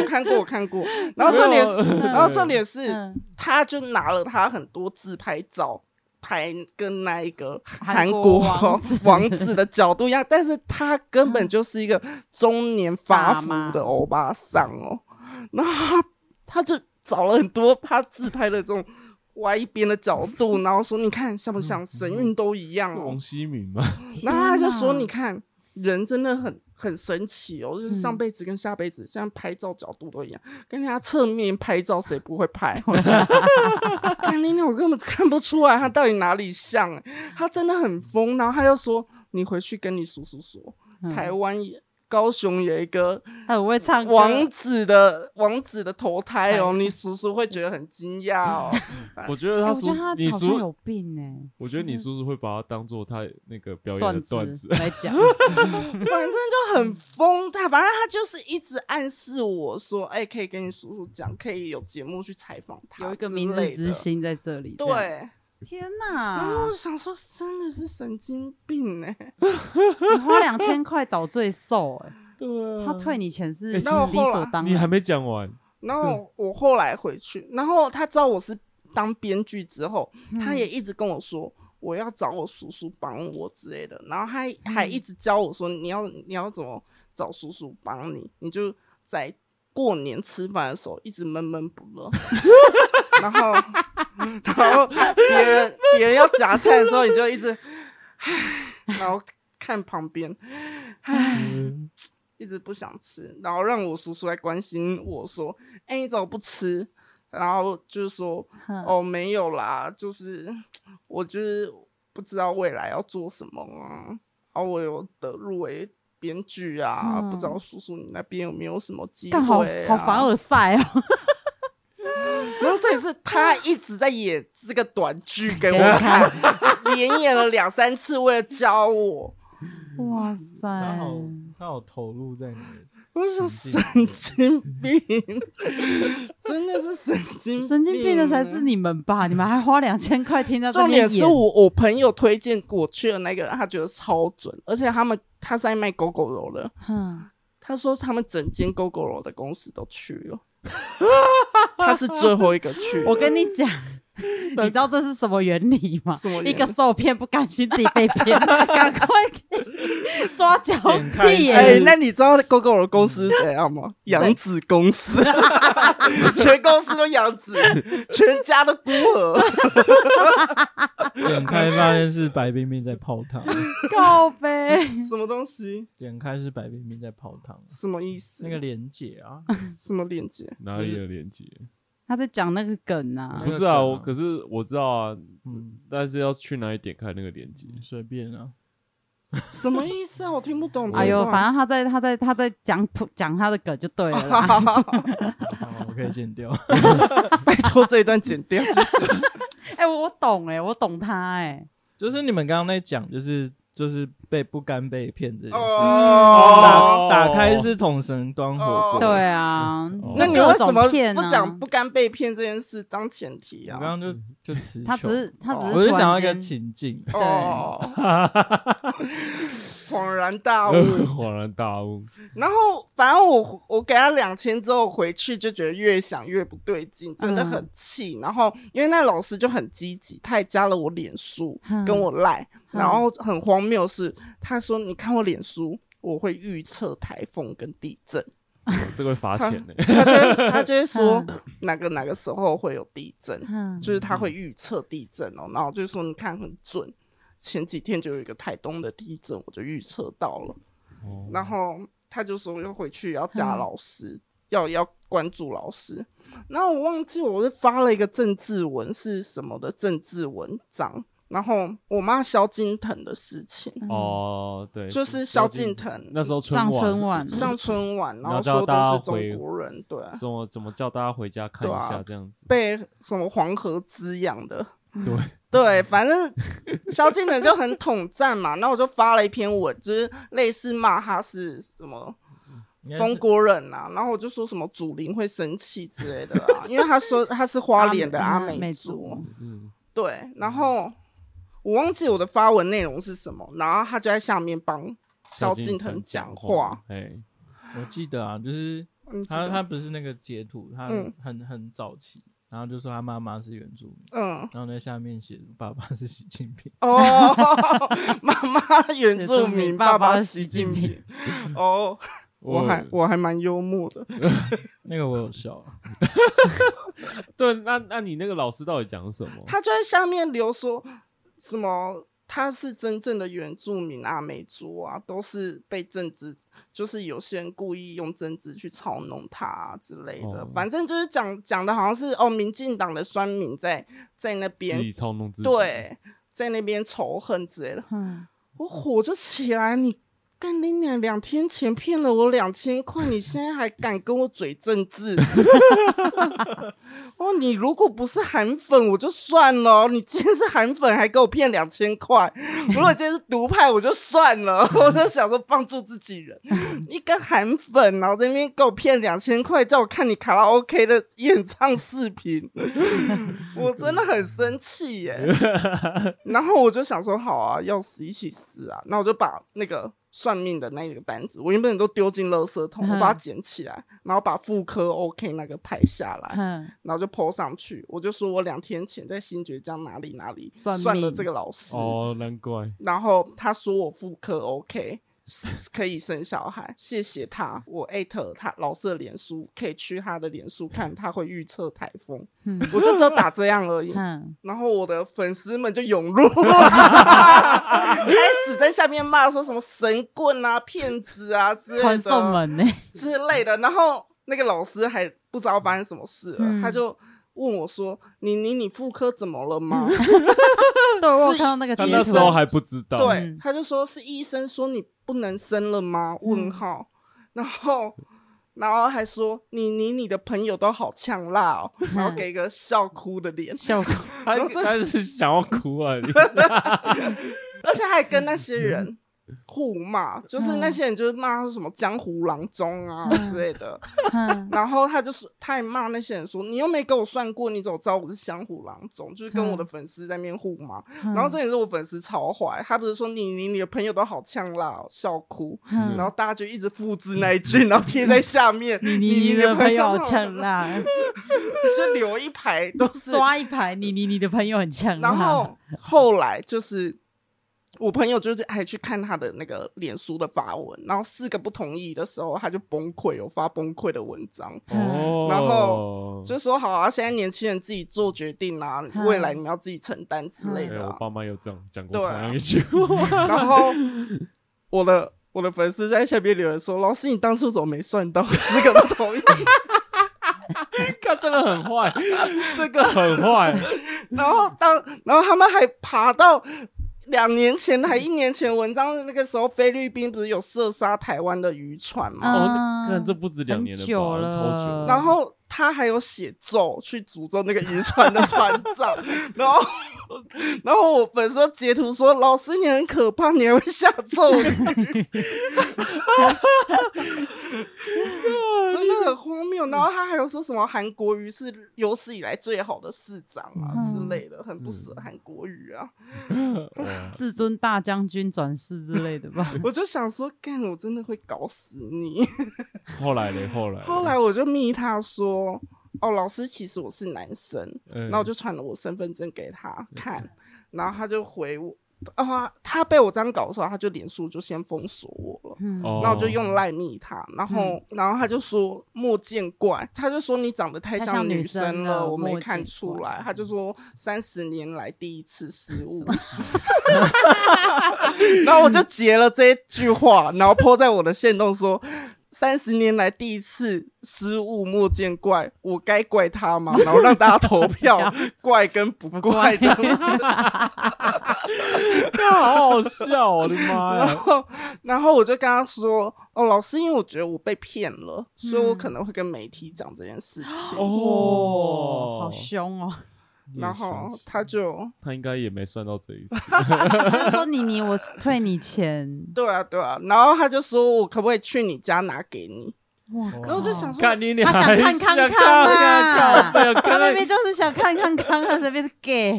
S3: 我看过，我看过。然后重点是，
S1: 没有啊
S3: 然后重点是，
S2: 嗯，
S3: 他就拿了他很多自拍照。拍跟那一个
S2: 韩
S3: 韩
S2: 国
S3: 国
S2: 王子
S3: 王子的角度一样，但是他根本就是一个中年发福的欧巴桑哦。然后他他就找了很多他自拍的这种歪一边的角度，然后说你看像不
S1: 嗯
S3: 像神韵都一样哦
S1: 王。希敏嘛，
S3: 然后他就
S2: 天
S3: 说：“
S2: 哪
S3: 你看，人真的很很神奇哦，就是上
S2: 嗯
S3: 辈子跟下辈子，像拍照角度都一样。跟人家侧面拍照，谁不会拍？
S2: 啊
S3: 看你我根本看不出来他到底哪里像、欸。他真的很疯。然后他又说：你回去跟你叔叔说，台
S2: 嗯
S3: 湾也。”高雄有一个
S2: 他很会唱歌，
S3: 王子的王子的投胎哦，你叔叔会觉得很惊讶哦。
S1: 我觉得
S2: 哎
S1: 他
S2: 我觉
S1: 叔
S2: 得他，
S1: 你
S2: 好像
S1: 叔，
S2: 有病哎，
S1: 我觉得
S3: 嗯
S1: 你叔叔会把他当做他那个表演
S2: 段
S1: 的段
S2: 子
S1: 子，
S2: 来讲，
S3: 反正就很疯，他反正他就是一直暗示我说，哎、可以跟你叔叔讲，可以有节目去采访他，
S2: 有一个明日之。星在这里，
S3: 对
S2: 这，样，啊天
S3: 然后
S2: 哪
S3: 我，想说，真的是神经病哎、
S2: 你花两千块找罪受哎，
S1: 对啊，
S2: 他退你钱是
S1: 哎
S2: 理
S1: 那我
S2: 所
S3: 后来
S2: 当
S1: 你还
S2: 然，
S1: 没讲完，
S3: 然
S2: 嗯
S3: 后我后来回去，然后他知道我是当编剧之后，
S2: 嗯
S3: 他也一直跟我说。我要找我叔叔帮我之类的，然后他
S2: 嗯
S3: 还一直教我说，你要你要怎么找叔叔帮你，你就在过年吃饭的时候一直闷闷不乐， 然后 然后别人别人要夹菜的时候，你就一直 唉，然后看旁边，
S4: 嗯
S3: 一直不想吃，然后让我叔叔来关心我说：“哎、你怎么不吃？”然后就是说：“
S2: 哼
S3: 哦，没有啦，就是我就是不知道未来要做什么啊。然后我有的入围编剧啊，不知道
S2: 嗯
S3: 叔叔你那边有没有什么机会、
S2: 干
S3: 啊？
S2: 好好凡尔赛哦，
S3: 然后这也是他一直在演这个短剧给我 看，连演了两三次，为了教我。
S2: 哇塞，
S4: 他好，
S2: 嗯
S4: 他好投入在你的，
S3: 我想神
S4: 神
S3: 经病， 真的是神经病，
S2: 神经病的才是。你们吧？你们还花两千块听到这
S3: 重
S2: 边
S3: 点
S2: 演
S3: 是我我朋友推荐我去的那个人，他觉得超准，而且他们他是在卖狗狗肉的，
S2: 哼
S3: 他说他们整间狗狗肉的公司都去 了，他是最后一个去的。
S2: 我跟你 讲，你知道这是什么原理吗
S3: 什么？原理
S2: 一个受骗不甘心自己被 骗，赶快抓脚
S4: 点开
S2: 闭
S3: 哎、
S2: 眼。
S3: 那你知道 GoGo 的公司是怎样 吗？养子公司，全公司都 养子，全家都孤儿。
S4: 点开发现是白冰冰在泡汤，
S2: 告呗，
S3: 什么东西？
S4: 点开是白冰冰在泡汤，
S3: 什么意思？
S4: 那个连姐啊，
S3: 什么链接？
S1: 哪里有连接？
S2: 他在讲那个梗啊
S1: 不，是
S4: 那个
S1: 啊，
S4: 梗啊
S1: 我可是我知道啊，
S4: 嗯，
S1: 但是要去哪里点开那个链接？
S4: 随便啊，
S3: 什么意思啊？我听不懂。
S2: 哎呦，反正他在他在他在讲讲他的梗就对了 啦。
S3: 正
S4: 好我可以剪掉。
S3: 拜托这一段 剪掉。
S2: 哎，我懂哎，我懂他哎，
S4: 就是你们刚刚在讲，就是就是被不甘被骗这件事。
S3: 哦
S2: 嗯
S1: 哦，
S4: 打打开是桶神端火锅，
S3: 哦
S2: 对啊
S1: 哦，
S3: 那
S2: 就
S3: 你
S2: 各
S3: 为什
S2: 种
S3: 么
S2: 骗
S3: 不
S2: 啊
S3: 讲不甘被骗这件事当前提
S4: 我
S3: 啊？
S4: 刚刚就就词
S2: 他
S4: 穷
S2: 只是他只是
S4: 我是
S2: 突然
S4: 想要一个
S2: 间
S4: 情境，
S3: 哦， 恍然大悟。
S1: 恍然大悟，
S3: 然后反正我我给他两千之后回去就觉得越想越不对劲，真的
S2: 嗯
S3: 很气。然后因为那老师就很积极，他也加了我脸书
S2: 嗯
S3: 跟我赖，
S2: 嗯
S3: 然后很荒谬的是他说你看我脸书。我会预测台风跟地震，
S1: 这个会罚钱 呢。
S3: 他就会他就会说
S2: 嗯
S3: 哪个哪个时候会有地震，
S2: 嗯
S3: 就是他会预测地震哦，然后就说你看很准，前几天就有一个台东的地震，我就预测到了。
S1: 哦
S3: 然后他就说要回去
S1: 嗯
S3: 要加老师，要要关注老师。然后我忘记我是发了一个政治文是什么的政治文章，然后我骂萧敬腾的事情，
S1: 哦，对，
S3: 嗯就是萧敬腾
S1: 那时候春
S2: 上
S1: 晚
S2: 春晚
S3: 上春晚，然后
S1: 然后
S3: 说
S1: 叫
S3: 都
S1: 大家
S3: 是中
S1: 回
S3: 国人，对啊，
S1: 怎么怎么叫大家回家看一
S3: 对啊
S1: 下这样子。
S3: 被什么黄河滋养的，
S1: 对，
S3: 对，反正萧敬腾就很统战嘛，那我就发了一篇文，就是类似骂他是什么
S4: 应该是
S3: 中国人啊，然后我就说什么祖灵会生气之类的啦，因为他说他是花莲的阿
S2: 美
S3: 美
S2: 族
S3: 族，，哦
S1: 嗯，
S3: 对，然后我忘记我的发文内容是什么，然后他就在下面帮萧敬腾讲话，，
S1: 哎，
S4: 我记得啊，就是
S3: 你嗯记
S4: 他
S3: 得
S4: 他不是那个截图，他很
S3: 嗯
S4: 很很早期，然后就说他妈妈是原住民，
S3: 嗯。
S4: 然后在下面写爸爸是习近平，
S3: 哦，妈妈原住民，
S2: 爸
S3: 爸
S2: 爸
S3: 爸
S2: 是
S3: 习
S2: 习
S3: 近
S2: 近
S3: 平。哦，我还我还蛮幽默的。
S4: 那个我有笑啊，
S1: 对，那那你那个老师到底讲什么？
S3: 他就在下面留说什么他是真正的原住民啊，美族啊，都是被政治，就是有些人故意用政治去操弄他、啊、之类的。
S1: 哦
S3: 反正就是讲讲的好像是哦，民进党的酸民在在那
S1: 自己
S3: 边
S1: 操弄自己，，
S3: 对，在那边仇恨之类的，
S2: 嗯，
S3: 我火就起来，你。干你娘！两天前骗了我两千块，你现在还敢跟我嘴政治？哦，你如果不是韩粉，我就算了哦。你今天是韩粉，还给我骗两千块；如果今天是独派，我就算了。 我就想说帮助自己人，一个韩粉，然后在那边给我骗两千块，叫我看你卡拉 OK 的演唱视频， 我真的很生气耶。然后我就想说，好啊，要死一起死啊！那我就把那个。算命的那个单子，我原本都丢进垃圾桶，我把它捡起来，然后把妇科 OK 那个拍下来，
S2: 哼
S3: 然后就 PO 上去，我就说我两天前在新觉江哪里哪里
S2: 算
S3: 了
S2: 命
S3: 这个老师，
S1: 哦，难怪，
S3: 然后他说我妇科 OK，是可以生小孩，谢谢他，我艾特他老师的脸书，可以去他的脸书看，他会预测台风，
S2: 嗯
S3: 我就只有打这样而已。
S2: 哼，
S3: 然后我的粉丝们就 涌入，开始在下面骂说什么神棍啊、骗子啊之类的，
S2: 传送门 呢？
S3: 之类的。然后那个老师还不知道发生什么事了，
S2: 嗯
S3: 他就问我说：“你你你妇科怎么了吗
S2: 对，我有看到那个
S1: 他
S2: 截
S1: 那
S3: 医
S1: 时
S2: 图
S3: 生
S1: 候还不知？” 道，
S3: 对
S2: 嗯，
S3: 他就说是医生说你不能生了吗？问号，然后。然后还说你你你的朋友都好呛辣哦，然后给一个笑哭的脸，
S2: 嗯笑出
S1: 他他是想要哭啊，你
S3: 而且还跟那些
S2: 嗯
S3: 人互骂，就是那些人就是骂他什么江湖郎中啊
S2: 嗯
S3: 之类的，
S2: 哼
S3: 然后他就是，他还骂那些人说：“你又没给我算过，你怎么知道我是江湖郎中？”就是跟
S2: 嗯
S3: 我的粉丝在那边互骂。然后这也是我粉丝超坏，他不是说你你你的朋友都好呛辣、哦，笑哭，
S2: 哼
S3: 然后大家就一直复制那一句，然后贴在下面。
S2: 你你你的朋友呛，辣，
S3: 就留一排都是。
S2: 抓一排你你你的朋友很呛辣，
S3: 然后后来就是。我朋友就是还去看他的那个脸书的发文，然后四个不同意的时候，他就崩溃，有发崩溃的文章。
S1: 哦，
S3: 然后就说好啊，现在年轻人自己做决定啦、
S2: 嗯
S3: 未来你们要自己承担之
S1: 哎
S3: 类的
S1: 我
S3: 啊、
S1: 爸妈有这样讲过
S3: 对啊
S1: 同样一句话，
S3: 然后我的我的粉丝在下面留言说：“老师，你当初怎么没算到十个不同意
S1: 看这个很坏，这个很 坏，？”
S3: 然后当然后他们还爬到。两年前还一年前文章，那个时候菲律宾不是有射杀台湾的渔船吗？
S2: 嗯
S1: 哦，那看这不止两年了吧，
S2: 很久了
S1: 超久了，
S3: 然后他还有写咒去诅咒那个渔船的船长， 然后然后我粉丝都截图说：“老师，你很可怕，你还会下咒语。” 真的很荒谬。然后他还有说什么韩国瑜是有史以来最好的市长啊
S2: 嗯
S3: 之类的，很不舍韩国瑜啊。
S1: 哇
S2: 至尊大将军转世之类的吧。
S3: 我就想说，干，我真的会搞死你。
S1: 后来嘞，后来嘞，
S3: 后来我就密他说：“哦，老师，其实我是男生。”
S1: 嗯，
S3: 然后我就传了我身份证给他看，然后他就回我，哦，他他被我这样搞的时候，他就脸书就先封锁我了。
S2: 嗯，
S1: 哦，
S3: 然后我就用赖密他，然后、然后他就说莫见怪，他就说你长得太
S2: 太像女
S3: 女
S2: 生
S3: 了，
S2: 了
S3: 我
S2: 莫
S3: 没
S2: 见
S3: 看出
S2: 怪
S3: 来。他就说三十年来第一次失 误，然后我就截了这一句话，然后泼在我的线动说。三十年来第一次失误，莫见怪，我该怪 他吗？然后让大家投票，怪跟不
S2: 不
S3: 怪这样子。
S1: 这好好笑哦，我的妈
S3: 然
S1: 呀！
S3: 后，然后我就跟他说：“哦，老师，因为我觉得我被骗了，所以我
S2: 嗯哦
S3: 可能会跟媒体讲这件事情。
S1: 哦
S2: 好凶哦！
S3: 然后他就
S1: 他应该也没算到这一次，
S2: 他就说妮妮，我退你钱。
S3: 对啊对啊，然后他就说我可不可以去你家拿给你？
S2: 哇
S3: 然后我就想说，
S1: 看你俩
S2: 他想哦看
S1: 还
S2: 康
S1: 想
S2: 康
S1: 看
S2: 啊
S1: 看看
S2: 他
S1: 看
S2: 明明就是想看看康康这边 gay，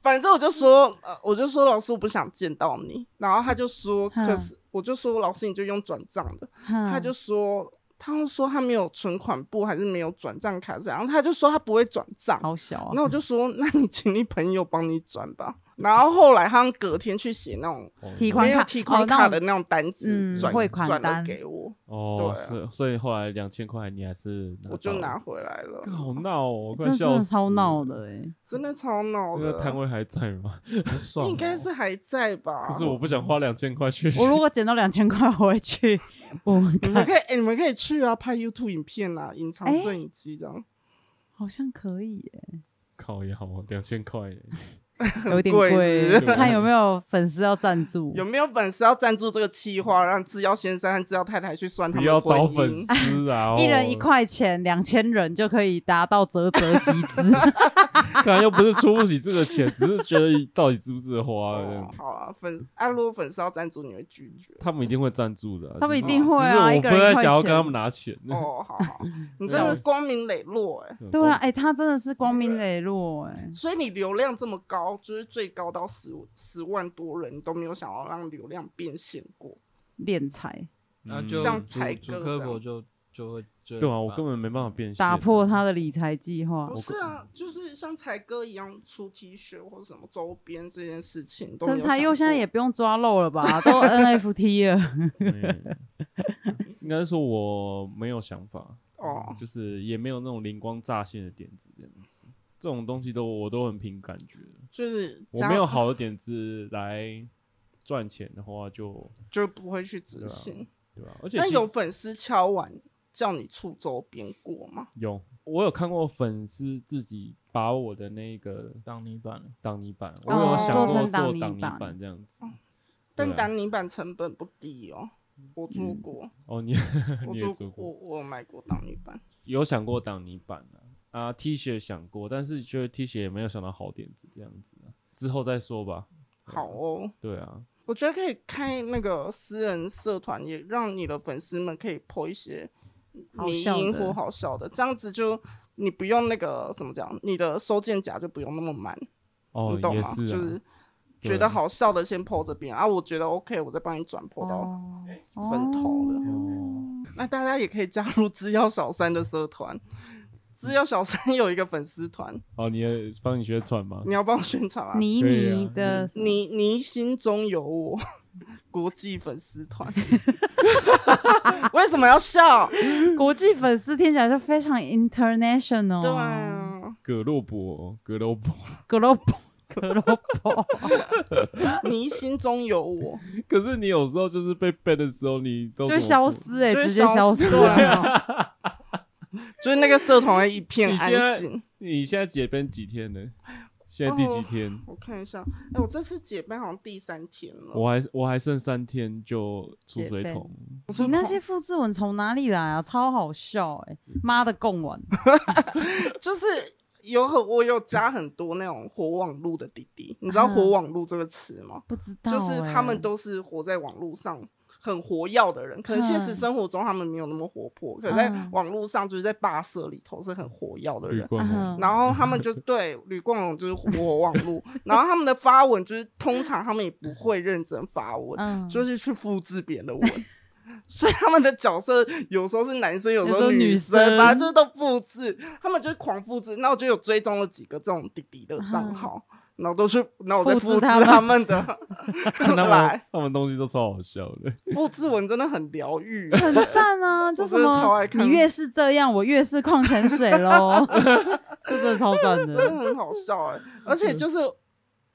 S3: 反正我就说，呃，我就说老师我不想见到你，然后他就说，
S2: 嗯
S3: 可是我就说老师你就用转账的，他就说他就说他没有存款簿还是没有转账卡这样，然后他就说他不会转账，
S2: 好小啊
S3: 那。我就说那你请你朋友帮你转吧，然后后来他们隔天去写那种
S2: 提款
S3: 没有
S2: 卡
S3: 提
S2: 哦
S3: 款
S2: 那
S3: 卡
S2: 种
S3: 的那种单子
S2: 嗯
S3: 转
S2: 汇款
S3: 转了
S2: 单
S3: 给我，
S1: 哦，
S3: 对啊
S1: 所以所以后来两千块你还是
S3: 我就
S1: 到
S3: 拿
S1: 了，
S3: 回来了
S1: 干，好闹哦，我快
S2: 这真
S1: 笑
S2: 的
S1: 死
S2: 超
S1: 了。
S2: 闹的哎、
S3: 真的超
S1: 那
S3: 恼
S1: 个摊
S3: 的，
S1: 位还在 吗？
S4: 好爽哦
S3: 应该是还在吧？
S1: 可是我不想花两千块去。
S2: 我如果捡到两千块，我会去闻闻
S3: 你
S2: 看，
S3: 们可以、 哎，你们可以去啊，拍 YouTube 影片啊，隐藏
S2: 哎
S3: 摄影机这
S1: 嗯
S3: 样，
S2: 好像可以耶、
S1: 靠也好，两千块耶，
S2: 有点
S3: 贵是
S2: 贵
S1: 不是，
S2: 看有没有粉丝要赞助
S3: 有。没有粉丝要赞助这个企划，让制药先生和制药太太去算他
S1: 不
S3: 们
S1: 要
S3: 的婚
S1: 找
S3: 姻？
S1: 粉丝 啊！
S2: 一人
S1: 哦
S2: 一，块钱，两千人就可以达到啧 啧集资。
S1: 看来又不是出不起这个钱，只是觉得到底值不值得花这样
S3: 哦
S1: 子。
S3: 好啊，粉啊，如果粉丝要赞助，你会拒绝？
S1: 他们一定会赞助的啊，
S2: 他们
S1: 只
S2: 一
S1: 是
S2: 定会啊，
S1: 只
S2: 一
S1: 是
S2: 个
S1: 我不太
S2: 人一块
S1: 想要跟他
S2: 钱。
S1: 们拿钱。
S3: 哦，好好，你真的是光明磊落哎、
S2: 对啊，哎、他真的是光明磊落哎、
S3: 所以你流量这么高，就是最高到十十万多人，你都没有想要让流量变现过。
S2: 敛财，
S4: 那就
S3: 像
S4: 主
S3: 才
S4: 主
S3: 哥
S4: 科
S3: 这样
S4: 博就就会就会
S1: 对啊，我
S4: 把
S1: 根本没办法变现，
S3: 啊
S2: 打破他的理财计划
S3: 不，是啊，就是像才哥一样出 T 恤或者什么周边这件事情都没
S2: 陈
S3: 有想过。
S2: 才佑现在也不用抓漏了吧，都 NFT 了。
S1: 嗯。应该说我没有想法，
S3: 哦，
S1: 就是也没有那种灵光乍现的点子这样子。这种东西都我都很凭感觉，
S3: 就是
S1: 我没有好的点子来赚钱的话就
S3: 就不会去执行。
S1: 对啊吧、而且
S3: 那
S1: 其实
S3: 有粉丝敲完叫你出周边过吗？
S1: 有我有看过粉丝自己把我的那个
S4: 当泥板了，
S1: 挡泥板，我
S2: 哦
S1: 有想过
S3: 做
S1: 做
S2: 成
S1: 挡
S2: 挡泥
S1: 泥
S2: 板
S1: 板这样子。
S3: 但
S1: 对啊
S3: 单泥板成本不低哦，我做 过，
S1: 哦，你
S3: 我
S1: 你也
S3: 做
S1: 做
S3: 过，
S1: 过，啊
S3: 我有买过单泥板。
S1: 有想过挡泥板啊？啊，T 恤想过，但是觉得 T 恤也没有想到好点子这样子、啊，之后再说吧。
S3: 好哦，
S1: 对啊，
S3: 我觉得可以开那个私人社团，也让你的粉丝们可以 po 一些
S2: 好
S3: 迷
S2: 笑
S3: 因
S2: 的
S3: 或好笑的，这样子就你不用那个怎么讲，你的收件夹就不用那么满，
S1: 哦
S3: 你，懂
S1: 也
S3: 吗？
S1: 是、啊，
S3: 就是
S1: 对
S3: 觉得好笑的先 po 这边啊，我觉得 OK，我再帮你转 po 到
S2: 哦，
S3: 分头的。
S1: 哦，
S3: 那大家也可以加入制药小三的社团。制药小三有一个粉丝团，
S1: 哦，你也帮你宣传吗？
S3: 你要帮我宣传啊！
S2: 妮
S1: 对啊
S2: 妮的
S3: 你你心中有我，国际粉丝团。 为什么要笑？
S2: 国际粉丝听起来就非常 international，
S3: 对
S2: 哦
S3: 啊，
S1: 葛洛伯，葛洛伯，
S2: ，global global，
S3: 你心中有 我，
S1: 可是你有时候就是被 ban 的时候，你都怎么
S2: 就消
S1: 做。
S2: 失哎、
S3: 就是
S2: 直接消失
S3: 对啊， 就是那个社团会一片
S1: 你
S3: 安
S1: 现在
S3: 静。
S1: 你现在解 ban 几天 呢？现在第几天？
S3: 我看一下，哎、我这次解班好像第三天了。
S1: 我还我还剩三天就出
S2: 解
S1: 水
S2: ban
S1: 桶，
S2: 你那些复制文从哪里来啊？超好笑哎、妈的贡丸，
S3: 就是有很我有加很多那种活网路的弟弟，你
S2: 嗯
S3: 知道活网路这个词吗？
S2: 不知道、
S3: 就
S2: 欸，
S3: 是他们都是活在网络上很活跃的人，可能现实生活中他们没有那么活泼，可是在
S2: 嗯
S3: 网络上就是在霸社里头是很活跃的
S1: 绿
S3: 人。
S1: 光红
S2: 嗯
S3: 然后 他们就对吕光荣就是活网络，然后他们的发文就是通常他们也不会认真发文，
S2: 嗯，
S3: 就是去复制别人的文， 所以他们的角色有时候是男生，有时
S2: 有时
S3: 候
S2: 候
S3: 女
S2: 女
S3: 生，
S2: 生
S3: 反正就是都复制，他们就是狂复制。那我就有追踪了几个这种弟弟的账号，然后都是，然后我再
S2: 嗯复
S3: 复
S2: 制
S3: 制
S2: 他们
S3: 他们 的，
S1: 看他们
S3: 来
S1: 他们东西都超好笑的，
S3: 复制文真的很疗 愈。
S2: 很赞 啊！就什
S3: 真的超
S2: 么
S3: 爱，看
S2: 你越是这样，我越是矿泉 水喽，这真的超赞
S3: 真
S2: 的。
S3: 的很好笑哎、而
S2: 嗯
S3: 且就是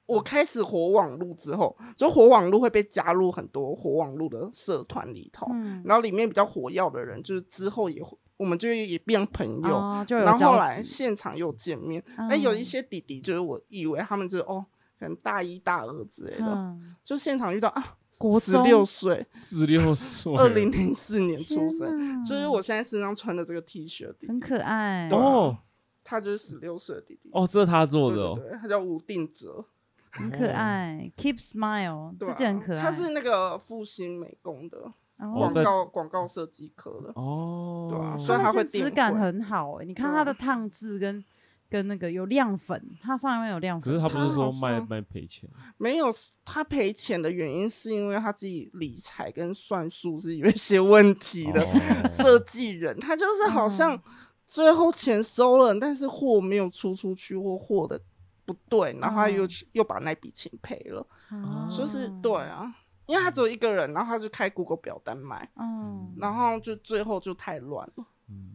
S3: 我开始活网路之后，就活网路会被加入很多活网路的社团里头，
S2: 嗯，
S3: 然后里面比较活跃的人，就是之后也会我们就也变朋友，
S2: 哦、就有
S3: 然后
S2: 交
S3: 后来
S2: 集
S3: 现场又见面，哎、
S2: 嗯
S3: 有一些弟弟就是我以为他们就是哦，可能大一大二之类的，
S2: 嗯，
S3: 就现场遇到啊，
S2: 国
S3: 十
S2: 中
S3: 六岁，
S1: 十六岁，
S3: 二零零四年出
S2: 天
S3: 生，
S2: 哪
S3: 就是我现在身上穿的这个 T 恤的弟弟
S2: 很可爱。
S3: 对啊
S1: 哦，
S3: 他就是十六岁的弟弟。
S1: 哦，这是他做
S3: 对
S1: 的
S3: 对
S1: 哦，
S3: 对，他叫吴定哲，
S2: 很可爱，Keep Smile，
S3: 对、
S2: 这
S3: 啊，
S2: 件很可爱。
S3: 他是那个复兴美工的
S2: 哦
S3: 广
S1: 在
S3: 告广告设计科的，
S1: 哦，
S3: 对啊所以
S2: 它
S3: 他会
S2: 的质
S3: 定
S2: 感
S3: 位
S2: 很好哎、你看它的烫字跟跟那个有亮粉，它上面有亮
S1: 可
S2: 粉。
S1: 是他不是说卖
S3: 他好像
S1: 卖赔钱，
S3: 没有他赔钱的原因是因为他自己理财跟算术是有一些问题的。
S1: 哦
S3: 设计人，他就是好像最后钱收了，但是货没有出出去或货的不对，然后他又去、又把那笔钱赔了，
S2: 啊
S3: 就是对，啊，因为他只有一个人，然后他就开 Google 表单卖，
S2: 嗯，
S3: 然后就最后就太乱了，
S1: 嗯，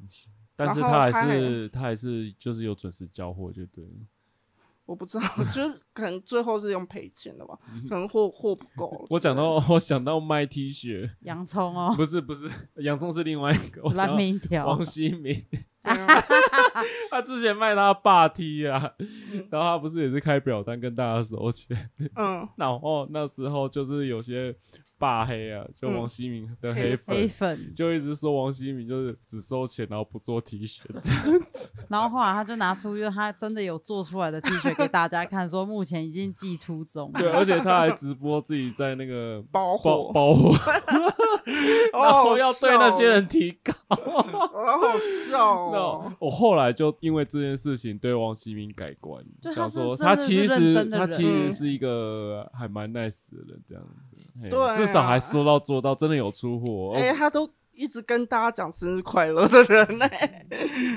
S1: 但是
S3: 然后
S1: 他还
S3: 他还
S1: 是他还是就是有准时交货就对了。
S3: 我不知道，就是可能最后是用赔钱的吧，可能货货不够了。
S1: 嗯 我讲到，我想到卖 T 恤，
S2: 洋葱哦，
S1: 不是不是，洋葱是另外一个，我想
S2: 烂
S1: 到
S2: 面一条
S1: 王，新民，
S3: 这样
S1: 他之前卖他爸 T 啊，然后他不是也是开表单跟大家收钱，
S3: 嗯，
S1: 然后那时候就是有些霸黑啊，就
S3: 嗯
S1: 王新民的
S3: 黑
S1: 黑
S2: 黑
S1: 粉。
S2: 粉，
S1: 就一直说王新民就是只收钱，然后不做 T 恤，
S2: 然后后来他就拿出，就是他真的有做出来的 T 恤给大家看，说目前已经寄出中。
S1: 对，而且他还直播自己在那个包
S3: 包货，
S1: 包 货，然
S3: 哦
S1: 后要对那些，人提高。
S3: 好笑哦
S1: 那，我后来就因为这件事情对王希明改观，
S2: 就他
S1: 想
S2: 是
S1: 说
S2: 真
S1: 他
S2: 的是
S1: 其
S2: 认
S1: 实
S2: 真的
S1: 他
S2: 人
S1: 其
S3: 嗯
S1: 实是一个还蛮 nice 的人这样子，嘿
S3: 对啊
S1: 至少还说到做到，真的有出货。哦
S3: 哎、他都一直跟大家讲生日快乐的人呢、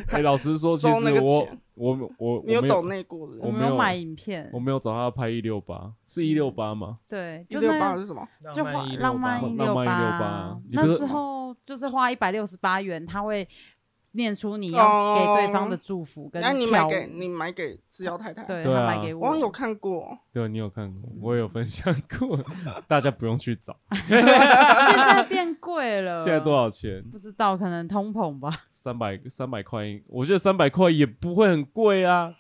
S1: 哎，老实说，其
S3: 收那
S1: 实
S3: 个
S1: 我
S3: 钱
S1: 我我我
S3: 你
S1: 没
S3: 有
S1: 有
S3: 懂那过的
S1: 我
S2: 我
S1: 没
S2: 们
S1: 有
S2: 有买影片
S1: 我，没有找他拍一六八，是一六八
S3: 嗯
S1: 吗？
S2: 对，
S3: 一
S2: 就
S3: 六八
S2: 那
S3: 是什么？
S2: 就
S4: 浪
S2: 花
S4: 漫一
S2: 浪漫
S1: 168
S2: 一
S1: 浪
S2: 六
S1: 漫
S2: 八啊
S1: 168，你不
S2: 那
S1: 是
S2: 时候就是花一百六十八元，他会念出你要给对方的祝福跟
S3: 哦那哎你买
S2: 跳舞
S3: 给你买给志尧太太？，
S2: 对，
S1: 对
S2: 他
S1: 啊
S2: 买给我
S3: 我有看过，
S1: 对，啊你有看过，我也有分享过，大家不用去找。
S2: 现
S3: 啊
S2: 在变贵 了，
S1: 现在多？少钱？
S2: 不知道，可能通 膨吧。
S1: 三百三百块一，我觉得三百块也不会很贵啊，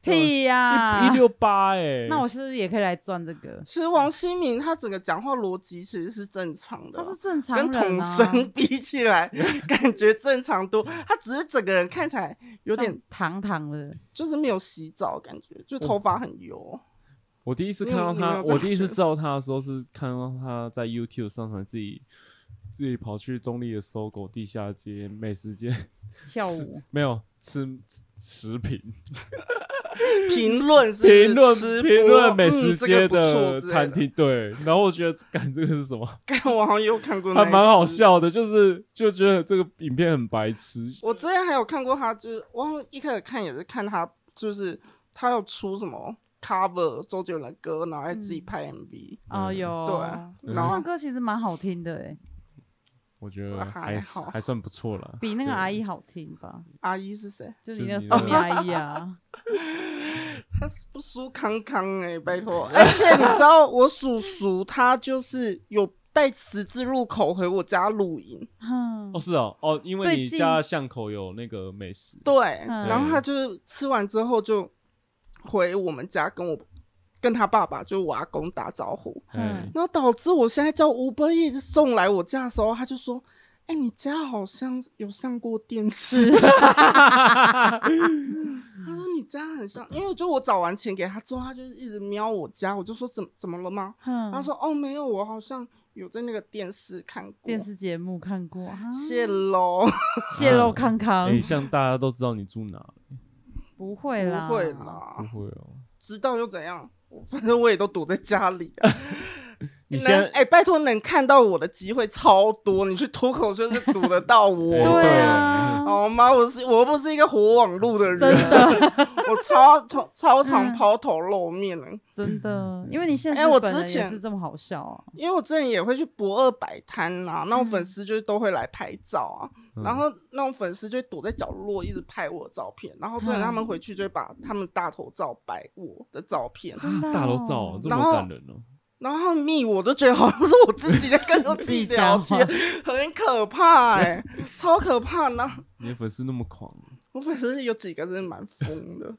S2: 屁呀、
S1: 一六八哎。
S2: 啊那我是不是也可以来赚这个？
S3: 其实
S1: 嗯
S3: 王新民他整个讲话逻辑其实是正常的
S2: 他
S3: 啊
S2: 是。正常
S3: 跟
S2: 人
S3: 童
S2: 啊，
S3: 声比起来，感觉正常多。
S1: 嗯
S3: 他只是整个人看起来有点，
S2: 堂堂的，
S3: 就是没有洗澡，感觉
S1: 嗯
S3: 就头发很 油。
S1: 我第一次
S3: 你
S1: 看
S3: 有
S1: 到
S3: 嗯你
S1: 他，
S3: 有
S1: 我
S3: 在
S1: 第一次
S3: 学
S1: 知道他的时候是看到他在 YouTube 上传自己自己跑去中立的搜狗地下街美食街，
S2: 跳舞
S1: 没有吃食品，
S3: 评论是
S1: 评论
S3: 吃
S1: 评
S3: 播
S1: 论美
S3: 嗯
S1: 食
S3: 这
S1: 街
S3: 个不错之类
S1: 餐
S3: 的。
S1: 厅，对。然后我觉得，干这个是什么？
S3: 干，我好像有看过，
S1: 还蛮好。笑的，就是就觉得这个影片很白痴。
S3: 我之前还有看过他，就是我好像一开始看也是看他，就是他有出什么 cover 周杰伦的歌，然后还自己拍 MV，、
S2: 嗯哦，
S1: 嗯
S2: 有
S3: 对啊
S2: 他
S3: 然后
S2: 唱歌其实蛮好听的欸诶，
S1: 我觉得
S3: 啊还
S1: 还
S3: 好
S1: 还算不错啦。
S2: 比那个
S1: 对
S2: 阿姨好听吧？
S3: 阿姨是谁？
S2: 就
S1: 就
S2: 你那个
S1: 你那
S2: 上面 阿姨啊，
S3: 他是不输康康哎、拜 托！而且你知道我叔叔他就是有带十字路口回我家露营，
S2: 哼
S1: 哦，，是哦，哦，因为
S2: 最
S1: 你
S2: 近
S1: 家巷口有那个美食，
S3: 对，
S2: 嗯
S3: 然后他就是吃完之后就回我们家跟我跟他爸爸就我阿公打招呼，
S1: 哎，
S3: 然后导致我现在叫吴伯一直送来我家的时候，他就说：“哎、你家好像有上过电视。” 他说：“你家很像，因为就我找完钱给他之后，他就一直瞄我家，我就说怎么怎么了吗？
S2: 哼
S3: 他说：“哦，没有，我好像有在那个电视看过。”
S2: 电视节目看过，啊
S3: 谢喽，
S2: 泄露康康
S1: 哎，像大家都知道你住哪，
S2: 不会啦，
S3: 不会
S1: 不
S3: 啦，
S1: 会哦。
S3: 知道又怎样？反正我也都躲在家里、 啊。
S1: 你
S3: 能
S1: 现在
S3: 哎、拜托，能看到我的机会超多，你去脱口秀是堵得到我。
S1: 对
S2: 对啊，
S3: 哦妈，我是我又不是一个活网路的人， 我超超超常抛头露面的， 欸
S2: 真的，因为你现
S3: 哎
S2: 实
S3: 我
S2: 本
S3: 之
S2: 人也
S3: 前
S2: 是这么好笑啊，
S3: 因为我之前也会去博二摆摊啦，那种粉丝就是都会来拍照啊，然后那种粉丝就躲在角落一直拍我的照片，然后真的他们回去就会把他们大头照摆我的照片，
S2: 真的
S1: 啊大楼
S2: 哦
S1: 照哦这
S3: 然
S1: 么
S3: 后
S1: 感人哦，
S3: 然后他们密我就觉得好像是我自己在跟我自己聊天，很可怕哎、超可怕呢、
S1: 你的粉丝那么狂，哦
S3: 我粉丝有几个真的蛮疯的，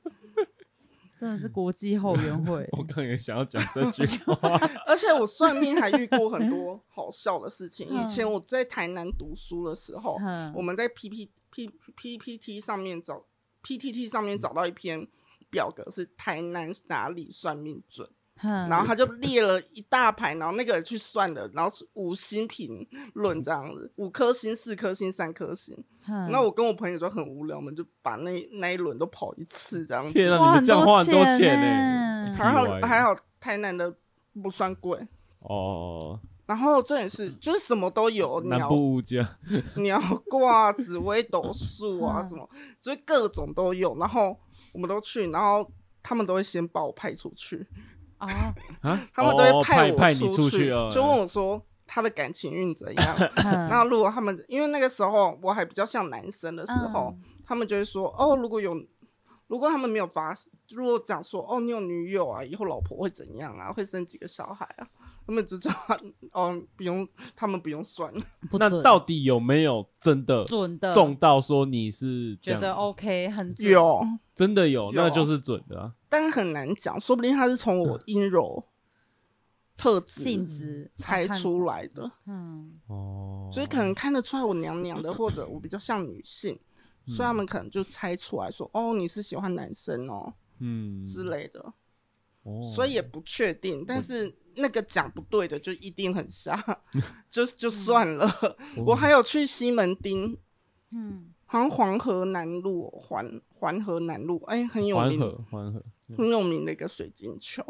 S2: 真的是国际后援 会
S1: 我刚也想要讲这句 话，
S3: 而且我算命还遇过很 多好笑的事情。
S2: 嗯
S3: 以前我在台南读书的时候，
S2: 嗯
S3: 我们在 P P P P P T 上面找 PTT 上面找到一篇表格，是台南哪里算命准。
S2: 哼
S3: 然后他就列了一大排，然后那个人去算了，然后是五星评论这样子，五颗星、四颗星、三颗星。
S2: 哼
S3: 那我跟我朋友就很无聊，我们就把那那一轮都跑一次这样
S1: 天
S3: 子。
S1: 啊，你们这样花很多
S2: 哇
S1: 钱欸
S2: 很多钱
S1: 呢、
S2: 呢
S3: 还好
S1: 意外
S3: 还好，台南的不算贵。
S1: 哦，
S3: 然后重点是，就是什么都有，
S1: 嗯南
S3: 鸟
S1: 部物价，
S3: 鸟 卦、紫微斗数啊，
S2: 嗯
S3: 什么就是各种都有。然后我们都去，然后他们都会先把我派出去。
S2: 哦，
S1: 啊，
S3: 他们都会
S1: 哦派
S3: 我
S1: 派你
S3: 出
S1: 出去哦，
S3: 就问我说他的感情运怎 样。
S2: 那
S3: 那如果他们因为那个时候我还比较像男生的时
S2: 嗯
S3: 候，他们就会说哦，如果有如果他们没有发，如果讲说哦你有女友啊，以后老婆会怎样啊，会生几个小孩啊，他们只知道哦不用，他们不用算，
S2: 不
S1: 那
S2: 准
S1: 到底有没有真的
S2: 准的
S1: 中到说你是这
S2: 觉
S1: 样
S2: 得哦 OK 很准
S3: 有，
S1: 真的有，
S3: 有
S1: 那就是准的啊。
S3: 但很难讲，说不定他是从我阴柔特
S2: 性
S3: 质
S2: 质
S3: 嗯猜
S2: 好看
S3: 出来的，
S2: 嗯
S1: 哦，
S3: 所以可能看得出来我娘娘的，或者我比较像女性，所以他们可能就猜出来说，哦，你是喜欢男生哦
S1: 嗯
S3: 之类的，
S1: 哦
S3: 所以也不确定。但是那个讲不对的，就一定很瞎，就就算了。我还有去西门町，
S2: 嗯
S3: 好像黄河南路环环河南路，哎、很有
S1: 缓
S3: 名，
S1: 和缓和
S3: 很有名的一个水晶球，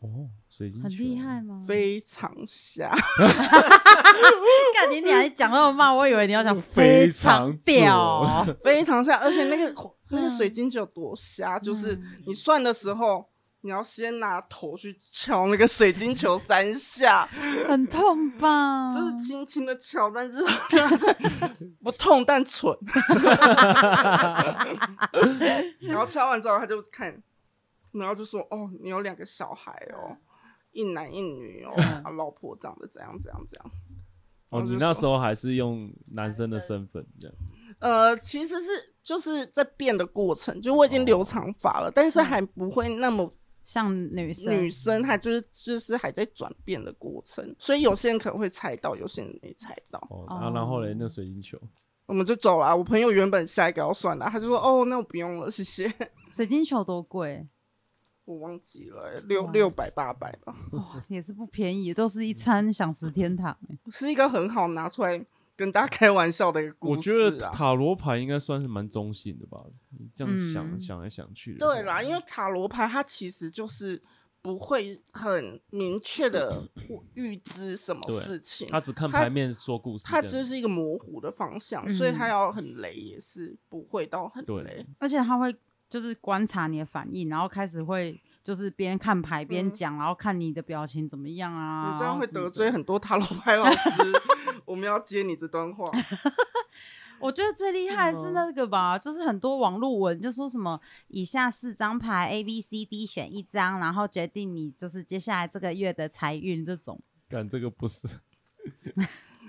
S1: 哦，水晶
S2: 很
S1: 球哦
S2: 厉害吗？
S3: 非常瞎。
S2: 干你俩讲那么慢，我以为你要
S3: 嗯
S2: 讲
S1: 非
S2: 常
S1: 常
S2: 屌，
S3: 非常像，而且那个那个水晶球有多瞎，就是你算的时候，你要先拿头去敲那个水晶球三下，
S2: 很痛吧？
S3: 就是轻轻的敲，但是 但是不痛但蠢。 然后敲完之后，他就看，然后就说：“哦，你有两个小孩哦，一男一女哦，啊老婆长得怎样怎样怎样。”
S1: 哦，
S3: 我就
S1: 你那
S3: 说
S1: 时候还是用男生的身份这样，
S3: 呃，其实是就是在变的过程，就我已经留
S1: 哦
S3: 长发了，但是
S1: 嗯
S3: 还不会那么
S2: 像女生
S3: 女生她就是就是还在转变的过程，所以有些人可能会猜到，有些人没猜到。
S1: 哦，然后然后嘞，那水晶球，
S3: 我们就走了。我朋友原本下一个要算的，他就说：“哦，那我不用了，谢谢。
S2: 水晶球多贵，”
S3: 我忘记了、六
S2: 哇
S3: 六百八百吧，
S2: 哇，哦也是不便宜，都
S3: 嗯
S2: 是一餐享食天堂欸。
S3: 是一个很好拿出来跟大家开玩笑的一个故
S1: 我觉
S3: 事
S1: 得
S3: 啊。
S1: 塔罗牌应该算是蛮中性的吧？你这样想
S2: 嗯
S1: 想来想去的话，
S3: 对啦，因为塔罗牌它其实就是不会很明确的预知什么
S1: 嗯对
S3: 事情，
S1: 他只看
S3: 他
S1: 牌面说故事这
S3: 它
S1: 样，
S3: 只是一个模糊的方向，所以它
S2: 嗯
S3: 要很雷也是不会到很
S1: 对
S3: 雷。
S2: 而且他会就是观察你的反应，然后开始会就是边看牌边讲，然后看你的表情怎么样啊。
S3: 嗯你这
S2: 然
S3: 样
S2: 后
S3: 会
S2: 什么
S3: 得
S2: 的
S3: 罪。很多塔罗牌 老师。我们要接你这段话，
S2: 我觉得最厉害
S1: 嗯
S2: 的是那个吧，就是很多网络文就说什么以下四张牌 A B C D 选一张，然后决定你就是接下来这个月的财运这种。
S1: 干这个不是，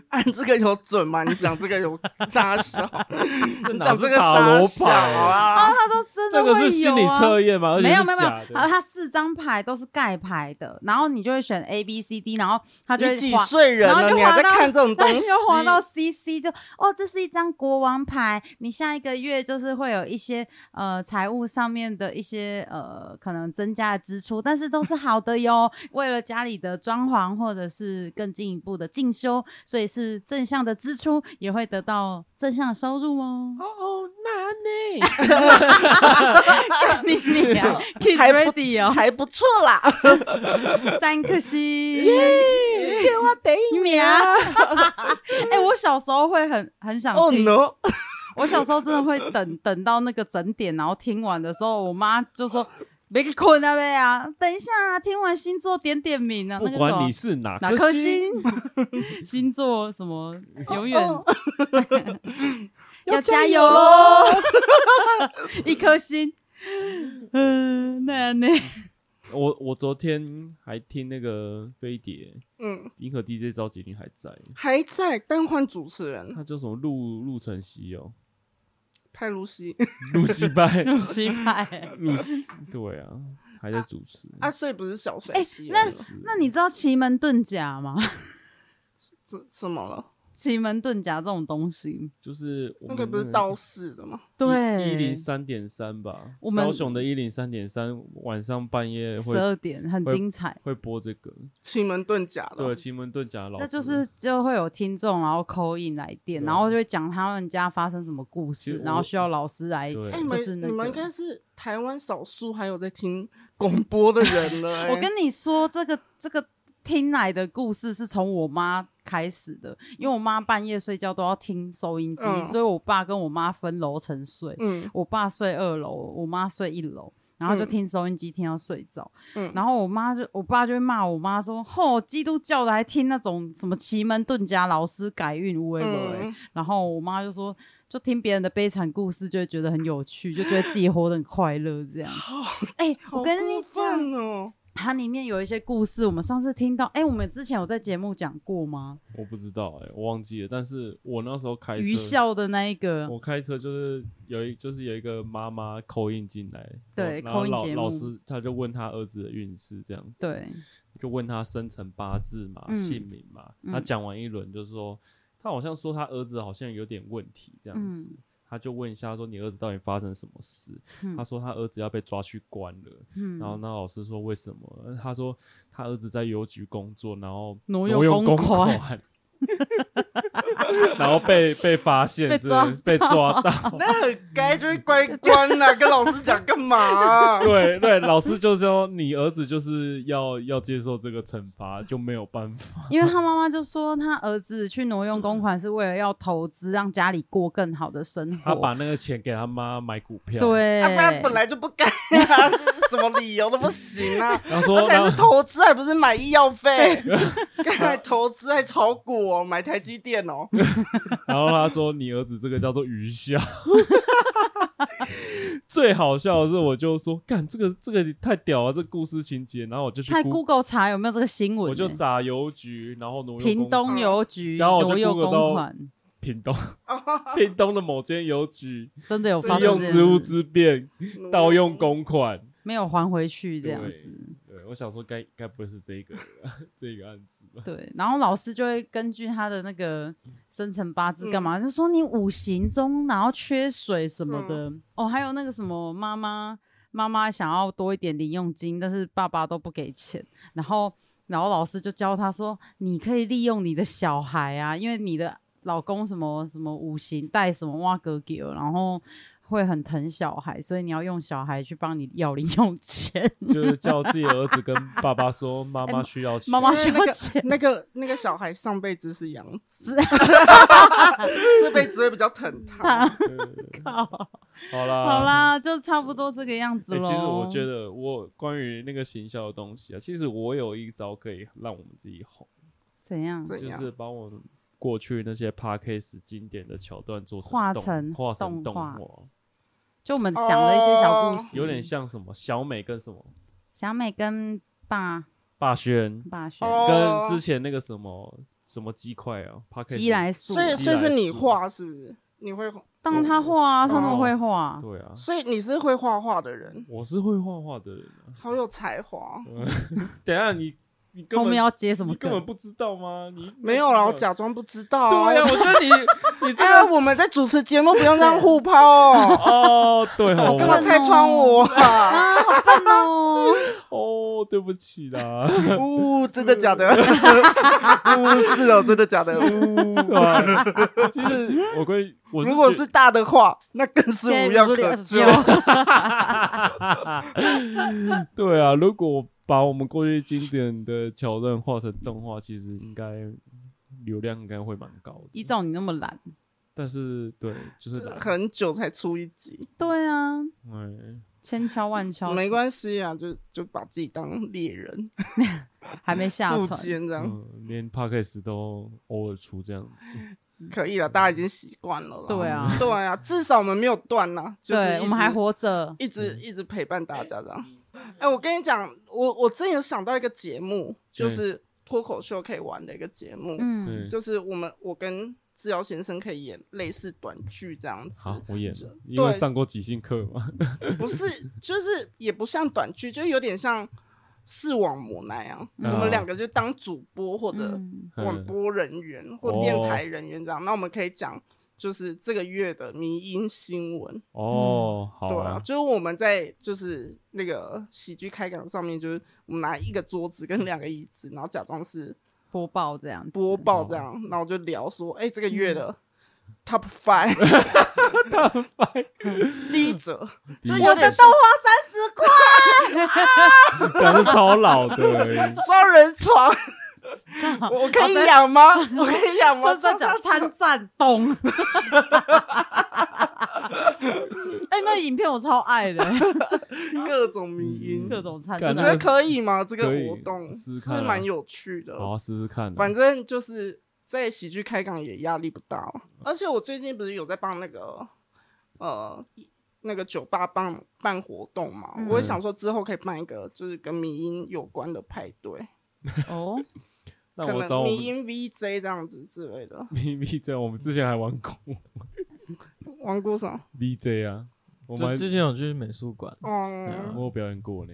S3: 按啊这个有准吗？你讲这个有杀 小，你
S1: 哪
S3: 讲
S1: 是
S3: 这个
S1: 塔
S3: 杀
S1: 罗
S3: 小
S1: 牌
S3: 啊？
S2: 他都真的
S1: 那
S2: 会有、
S1: 个
S2: 啊、
S1: 是心理测验吗？而且
S2: 没有
S1: 是
S2: 没有没
S1: 假
S2: 有，啊
S1: 的
S2: 他他四张牌都是盖牌的，然后你就会选 A B C D，然后他就
S3: 你
S2: 会
S3: 几
S2: 划
S3: 岁人
S2: 然后
S3: 了？
S2: 就
S3: 你
S2: 滑
S3: 还在
S2: 到
S3: 看 这种东
S2: 对，
S3: 西？
S2: 就滑到 CC 就哦，这是一张国王牌，你下一个月就是会有一些呃财务上面的一些呃可能增加的支出，但是都是好的哟。 为了家里的装潢或者是更进一步的进修，所以是正向的支出，也会得到正向的收入哦。
S4: 哦，那 呢？
S2: 你你 啊，Kiss
S3: 还不
S2: Ready 哦，
S3: 还不错 啦。
S2: 三颗星。
S3: 电话 等一
S2: 名， 哎、我小时候会很很想
S3: 哦
S2: 听
S3: no！
S2: 我小时候真的会等等到那个整点，然后听完的时候，我妈就说：“别去困啊呗啊，等一下啊，听完星座点点名啊，
S1: 不
S2: 那个什
S1: 管
S2: 么
S1: 你是哪
S2: 哪颗星， 星座什么，永远、
S3: 哦
S2: 要加油喽， 一颗星。” 嗯，那那
S1: 我我昨天还听那个飞碟
S3: 嗯，
S1: 银河 DJ 召集令还在，
S3: 还在，但换主持人
S1: 他叫什么陆陆晨曦哦，
S3: 派露西
S1: 陆 西拜，
S2: 有西派。
S1: 陆西对啊，还在主持。
S3: 啊，所以不是小水
S2: 哎
S3: 西
S2: 那
S3: 了，
S1: 是
S2: 那你知道奇门遁甲吗？
S3: 怎怎么了？
S2: 奇门遁甲这种东西，
S1: 就是我
S3: 那
S1: 们
S2: 嗯
S3: 个不是道士的吗？
S2: 对，
S1: 一零三点三吧，
S2: 我们
S1: 高雄的一零三点三晚上半夜
S2: 十
S1: 会
S2: 二点很精彩，
S1: 会播这个，
S3: 奇门遁甲的，
S1: 对，奇门遁甲的老师，
S2: 哦那就是就会有听众然后扣印来电，
S1: 对啊
S2: 然后就会讲他们家发生什么故
S1: 其
S2: 事
S1: 实，我
S2: 然后需要老师来。
S1: 对
S3: 哎、你们、
S2: 就是那
S3: 你们
S2: 个
S3: 应该是台湾少数还有在听广播的人了、哎
S2: 我跟你说，这个这个听来的故事是从我妈开始的，因为我妈半夜睡觉都要听收音机，
S3: 嗯
S2: 所以我爸跟我妈分楼层睡，
S3: 嗯
S2: 我爸睡二楼，我妈睡一楼。然后就
S3: 嗯
S2: 听收音机听到睡着，
S3: 嗯
S2: 然后我妈就我爸就会骂我妈说：“吼、基督教的还听那种什么奇门遁甲老师改运无为不为。
S3: 嗯，
S2: 然后我妈就说：“就听别人的悲惨故事，就会觉得很有趣，就觉得自己活得很快乐。”这样，哎、我跟你讲，
S3: 好过 分哦，
S2: 它里面有一些故事，我们上次听到，哎、我们之前有在节目讲过吗？
S1: 我不知道哎、我忘记了，但是我那时候开
S2: 愚
S1: 车，
S2: 孝的那一个，
S1: 我开车就是有一就是有一个妈妈扣印进来，
S2: 对
S1: 然后
S2: 扣印
S1: 老
S2: 节目
S1: 老师他就问他儿子的运势这样子，，
S2: 对，
S1: 就问他生辰八字嘛、
S2: 嗯
S1: 姓名嘛，
S2: 嗯
S1: 他讲完一轮就说，他好像说他儿子好像有点问题这样子。
S2: 嗯
S1: 他就问一下说：“你儿子到底发生什么事？”
S2: 嗯
S1: 他说：“他儿子要被抓去关了。
S2: 嗯，
S1: 然后那老师说为什么？他说他儿子在邮局工作，然后
S2: 挪
S1: 用
S2: 用
S1: 公
S2: 公
S1: 款， 然后被被发现，
S2: 被
S1: 真的
S2: 抓
S1: 被抓到。
S3: 那很该就是乖乖啦、跟老师讲干 嘛啊、
S1: 对对，老师就说你儿子就是要要接受这个惩罚，就没有办法。
S2: 因为他妈妈就说他儿子去挪用公款是为了要投资，让家里过更好的生
S1: 他把
S2: 活。
S1: 那个钱给他妈买股票，，
S2: 对，
S3: 啊，不然本来就不该啊， 是什么理由都不行啊。
S1: 然后说
S3: 而且还
S1: 然
S3: 是
S1: 后
S3: 投资，还不是买医药费？ 刚才投资还炒股哦，买台积电哦。
S1: 然后他说你儿子这个叫做愚孝。最好笑的是，我就说干这个这个太屌了，这故事情节。然后我就去
S2: 他
S1: Google-
S2: Google 查有没有这个新闻、
S1: 我就
S2: 欸
S1: 打邮局，然后挪用
S2: 屏
S1: 公
S2: 东邮局
S1: 然后我就
S2: 挪用
S1: Google 到
S2: 公款，
S1: 屏东屏东的某间邮局
S2: 真的有发
S1: 利
S2: 生
S1: 用
S2: 这件
S1: 职务
S2: 事
S1: 之便
S3: 嗯
S1: 盗用公款。
S2: 没有还回去这样
S1: 对
S2: 子。
S1: 对，我想说该该不会是这个 这个案子吧？
S2: 对，然后老师就会根据他的那个生辰八字干
S3: 嗯
S2: 嘛，就说你五行中然后缺水什么的、
S3: 嗯
S2: 哦，还有那个什么妈妈妈妈想要多一点零用金，但是爸爸都不给钱，然后然后老师就教他说，你可以利用你的小孩啊，因为你的老公什么什么五行带什么挖格给，然后。会很疼小孩，所以你要用小孩去帮你要零用钱。
S1: 就是叫自己的儿子跟爸爸说，妈妈需要钱。
S2: 哎妈妈需
S3: 因为那
S2: 要
S3: 个
S2: 钱，
S3: 那个那个小孩上辈子是养子， 这辈子会比较疼
S2: 嗯
S3: 他。
S1: 对对 对好啦
S2: 好。啦，就差不多这个样子
S1: 欸
S2: 喽、
S1: 其实我觉得我关于那个行销的东西啊，其实我有一招可以让我们自己红，
S2: 怎样？
S3: 怎
S1: 就
S3: 样
S1: 是把我们过去那些 podcast 经典的桥段做成
S2: 画
S1: 动
S2: 成
S1: 画成
S2: 动
S1: 动
S2: 画嗯
S1: 画，
S2: 就我们讲的一些小故事，
S1: 有点像什么小美跟什么
S2: 小美跟霸
S1: 霸轩，
S2: 霸轩、
S3: 哦
S1: 跟之前那个什么什么鸡块啊，他可
S2: 基来素
S3: 所，以
S1: 鸡
S3: 所以是
S1: 来
S3: 你
S1: 素
S3: 画是不是？你会画，
S2: 当然他画啊，他们
S1: 哦
S2: 会画，
S1: 对啊，
S3: 所以你是会画画的人，
S1: 我是会画画的人啊。
S3: 好有才华。
S1: 嗯等一下你你根
S2: 后
S1: 本
S2: 面要接什
S1: 你
S2: 么
S1: 根
S2: 梗？
S1: 本不知道吗？你
S3: 没有啦，我。假装不知道、
S1: 对
S3: 啊。
S1: 呀、啊，我觉得你你这
S3: 哎，
S1: 个，
S3: 我们在主持节目不用这样互抛哦
S1: 哦，对哦，
S3: 干嘛
S1: 我
S3: 拆穿我 啊？
S2: 啊，好笨哦！
S1: 哦，对不起啦，
S3: 呜，真 的假的？呜，是哦，真的假的？呜，
S1: 对吧其实我跟我
S3: 如果
S1: 觉
S3: 是大的话，那更是
S2: 现
S3: 无
S2: 在
S3: 药
S2: 如果
S3: 可
S2: 有
S3: 救。
S1: 对啊，如果把我们过去经典的桥段画成动画，其实应该流量应该会蛮高的。
S2: 依照你那么懒，
S1: 但是对，就是懒
S3: 很久才出一集，
S2: 对啊，
S1: 哎，
S2: 千敲万敲，
S3: 没关系啊，就就把自己当猎人、
S2: 还没下
S3: 副
S2: 船。
S3: 监这样
S1: 嗯，连 podcast 都偶尔出这样子，
S3: 可以了，大家已经习惯了啦。
S2: 对 啊，
S3: 对啊，至少我们没有断啦，就是一
S2: 对，
S3: 直
S2: 我们还活着。
S3: 一直一直陪伴大家这样。哎、我跟你讲，我我真有想到一个节目，就是脱口秀可以玩的一个节目，
S2: 嗯，
S1: 嗯，
S3: 就是我们我跟志尧先生可以演类似短剧这样子
S1: 好，，我演了，因
S3: 对
S1: 为上过即兴课嘛，
S3: 不是就是也不像短剧，就有点像视网膜那样，
S2: 嗯
S3: 我们两个就当主播或者
S2: 嗯哦
S3: 广播人员或电台人员这样。那我们可以讲就是这个月的迷因新闻，
S1: 哦，好
S3: 对啊
S1: 啊，，
S3: 就是我们在就是那个喜剧开港上面，就是我们拿一个桌子跟两个椅子，然后假装是
S2: 播报这样子
S3: 播报这样，然后就聊说，哎、这个
S2: 嗯
S3: 月的 Top Five 第一者，就有点像
S1: 讲的超老的 而 已，
S3: 双 人床。 我可以养吗？我可以养吗？
S2: 这这叫参战懂？ 哎、那影片我超爱的、
S1: 嗯
S3: 各种迷因，
S2: 各种参
S1: 干
S3: 我
S2: 战
S3: 觉
S1: 那
S3: 得
S1: 个
S3: 可以吗？这个
S1: 可以
S3: 活动
S1: 试试
S3: 是
S1: 看啊
S3: 蛮有趣的。
S1: 好好试试看啊。
S3: 反正就是在喜剧开港也压力不大哦，而且我最近不是有在帮那个呃那个酒吧办办活动嘛，
S2: 嗯
S3: 我也想说之后可以办一个就是跟迷音有关的派对，
S2: 哦，
S1: 那
S3: 可
S1: 我找
S3: 能
S1: 我
S3: 迷
S1: 们
S3: 音 VJ 这样子之类的。
S1: VJ，这样我们之前还玩过
S3: 玩过什么？
S1: VJ 啊，我
S4: 就
S1: 们
S4: 之前有去美术馆，
S3: 嗯，
S1: 我有表演过呢。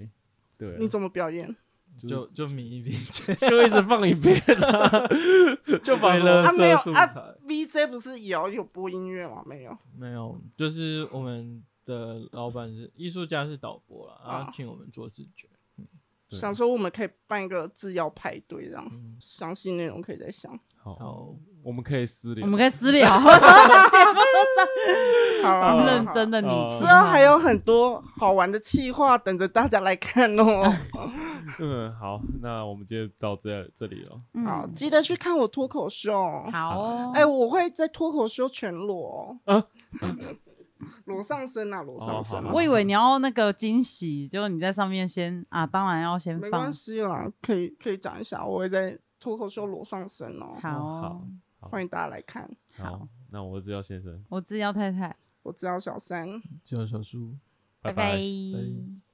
S1: 对啊，
S3: 你怎么表演？
S1: 就是
S4: 就就迷一迷
S1: 就一直放影片啊， 就把
S4: 了
S3: 啊，没有
S4: 素材
S3: 啊，VJ 不是也要有播音乐吗？没有。
S4: 没有，就是我们的老板是艺术家，是导播啦，然
S3: 啊
S4: 后请我们做视觉。
S1: 对
S3: 想说我们可以办一个制药派对，这样
S4: 嗯，
S3: 详细内容可以再想。
S1: 好，
S4: 好，
S1: 我们可以私聊
S2: 我。们可以私 聊，节
S3: 好啊，好
S2: 目
S3: 啊
S2: 认真。的你，
S1: 哦
S3: 之后还有很多好玩的企划等着大家来看哦。
S1: 嗯，好，那我们今天到这这里了。
S2: 嗯
S3: 好，记得去看我脱口秀。
S2: 好哦，
S3: 哎、我会在脱口秀全裸、哦，
S2: 呃
S1: 啊
S3: 裸上身啊，裸上身、
S1: 哦好
S3: 啊
S1: 好
S2: 我以为你要那个惊喜，就你在上面先啊，当然要先
S3: 没
S2: 放
S3: 关，系啦，可以可以讲一下，我会在脱口秀裸上身哦，
S2: 好
S1: 哦
S2: 哦
S1: 好，
S3: 欢迎大家来看。
S1: 好，那我知道先生，
S2: 我自己要太太，
S3: 我知道小三。
S4: 只有小叔。
S1: 拜
S2: 拜
S4: 拜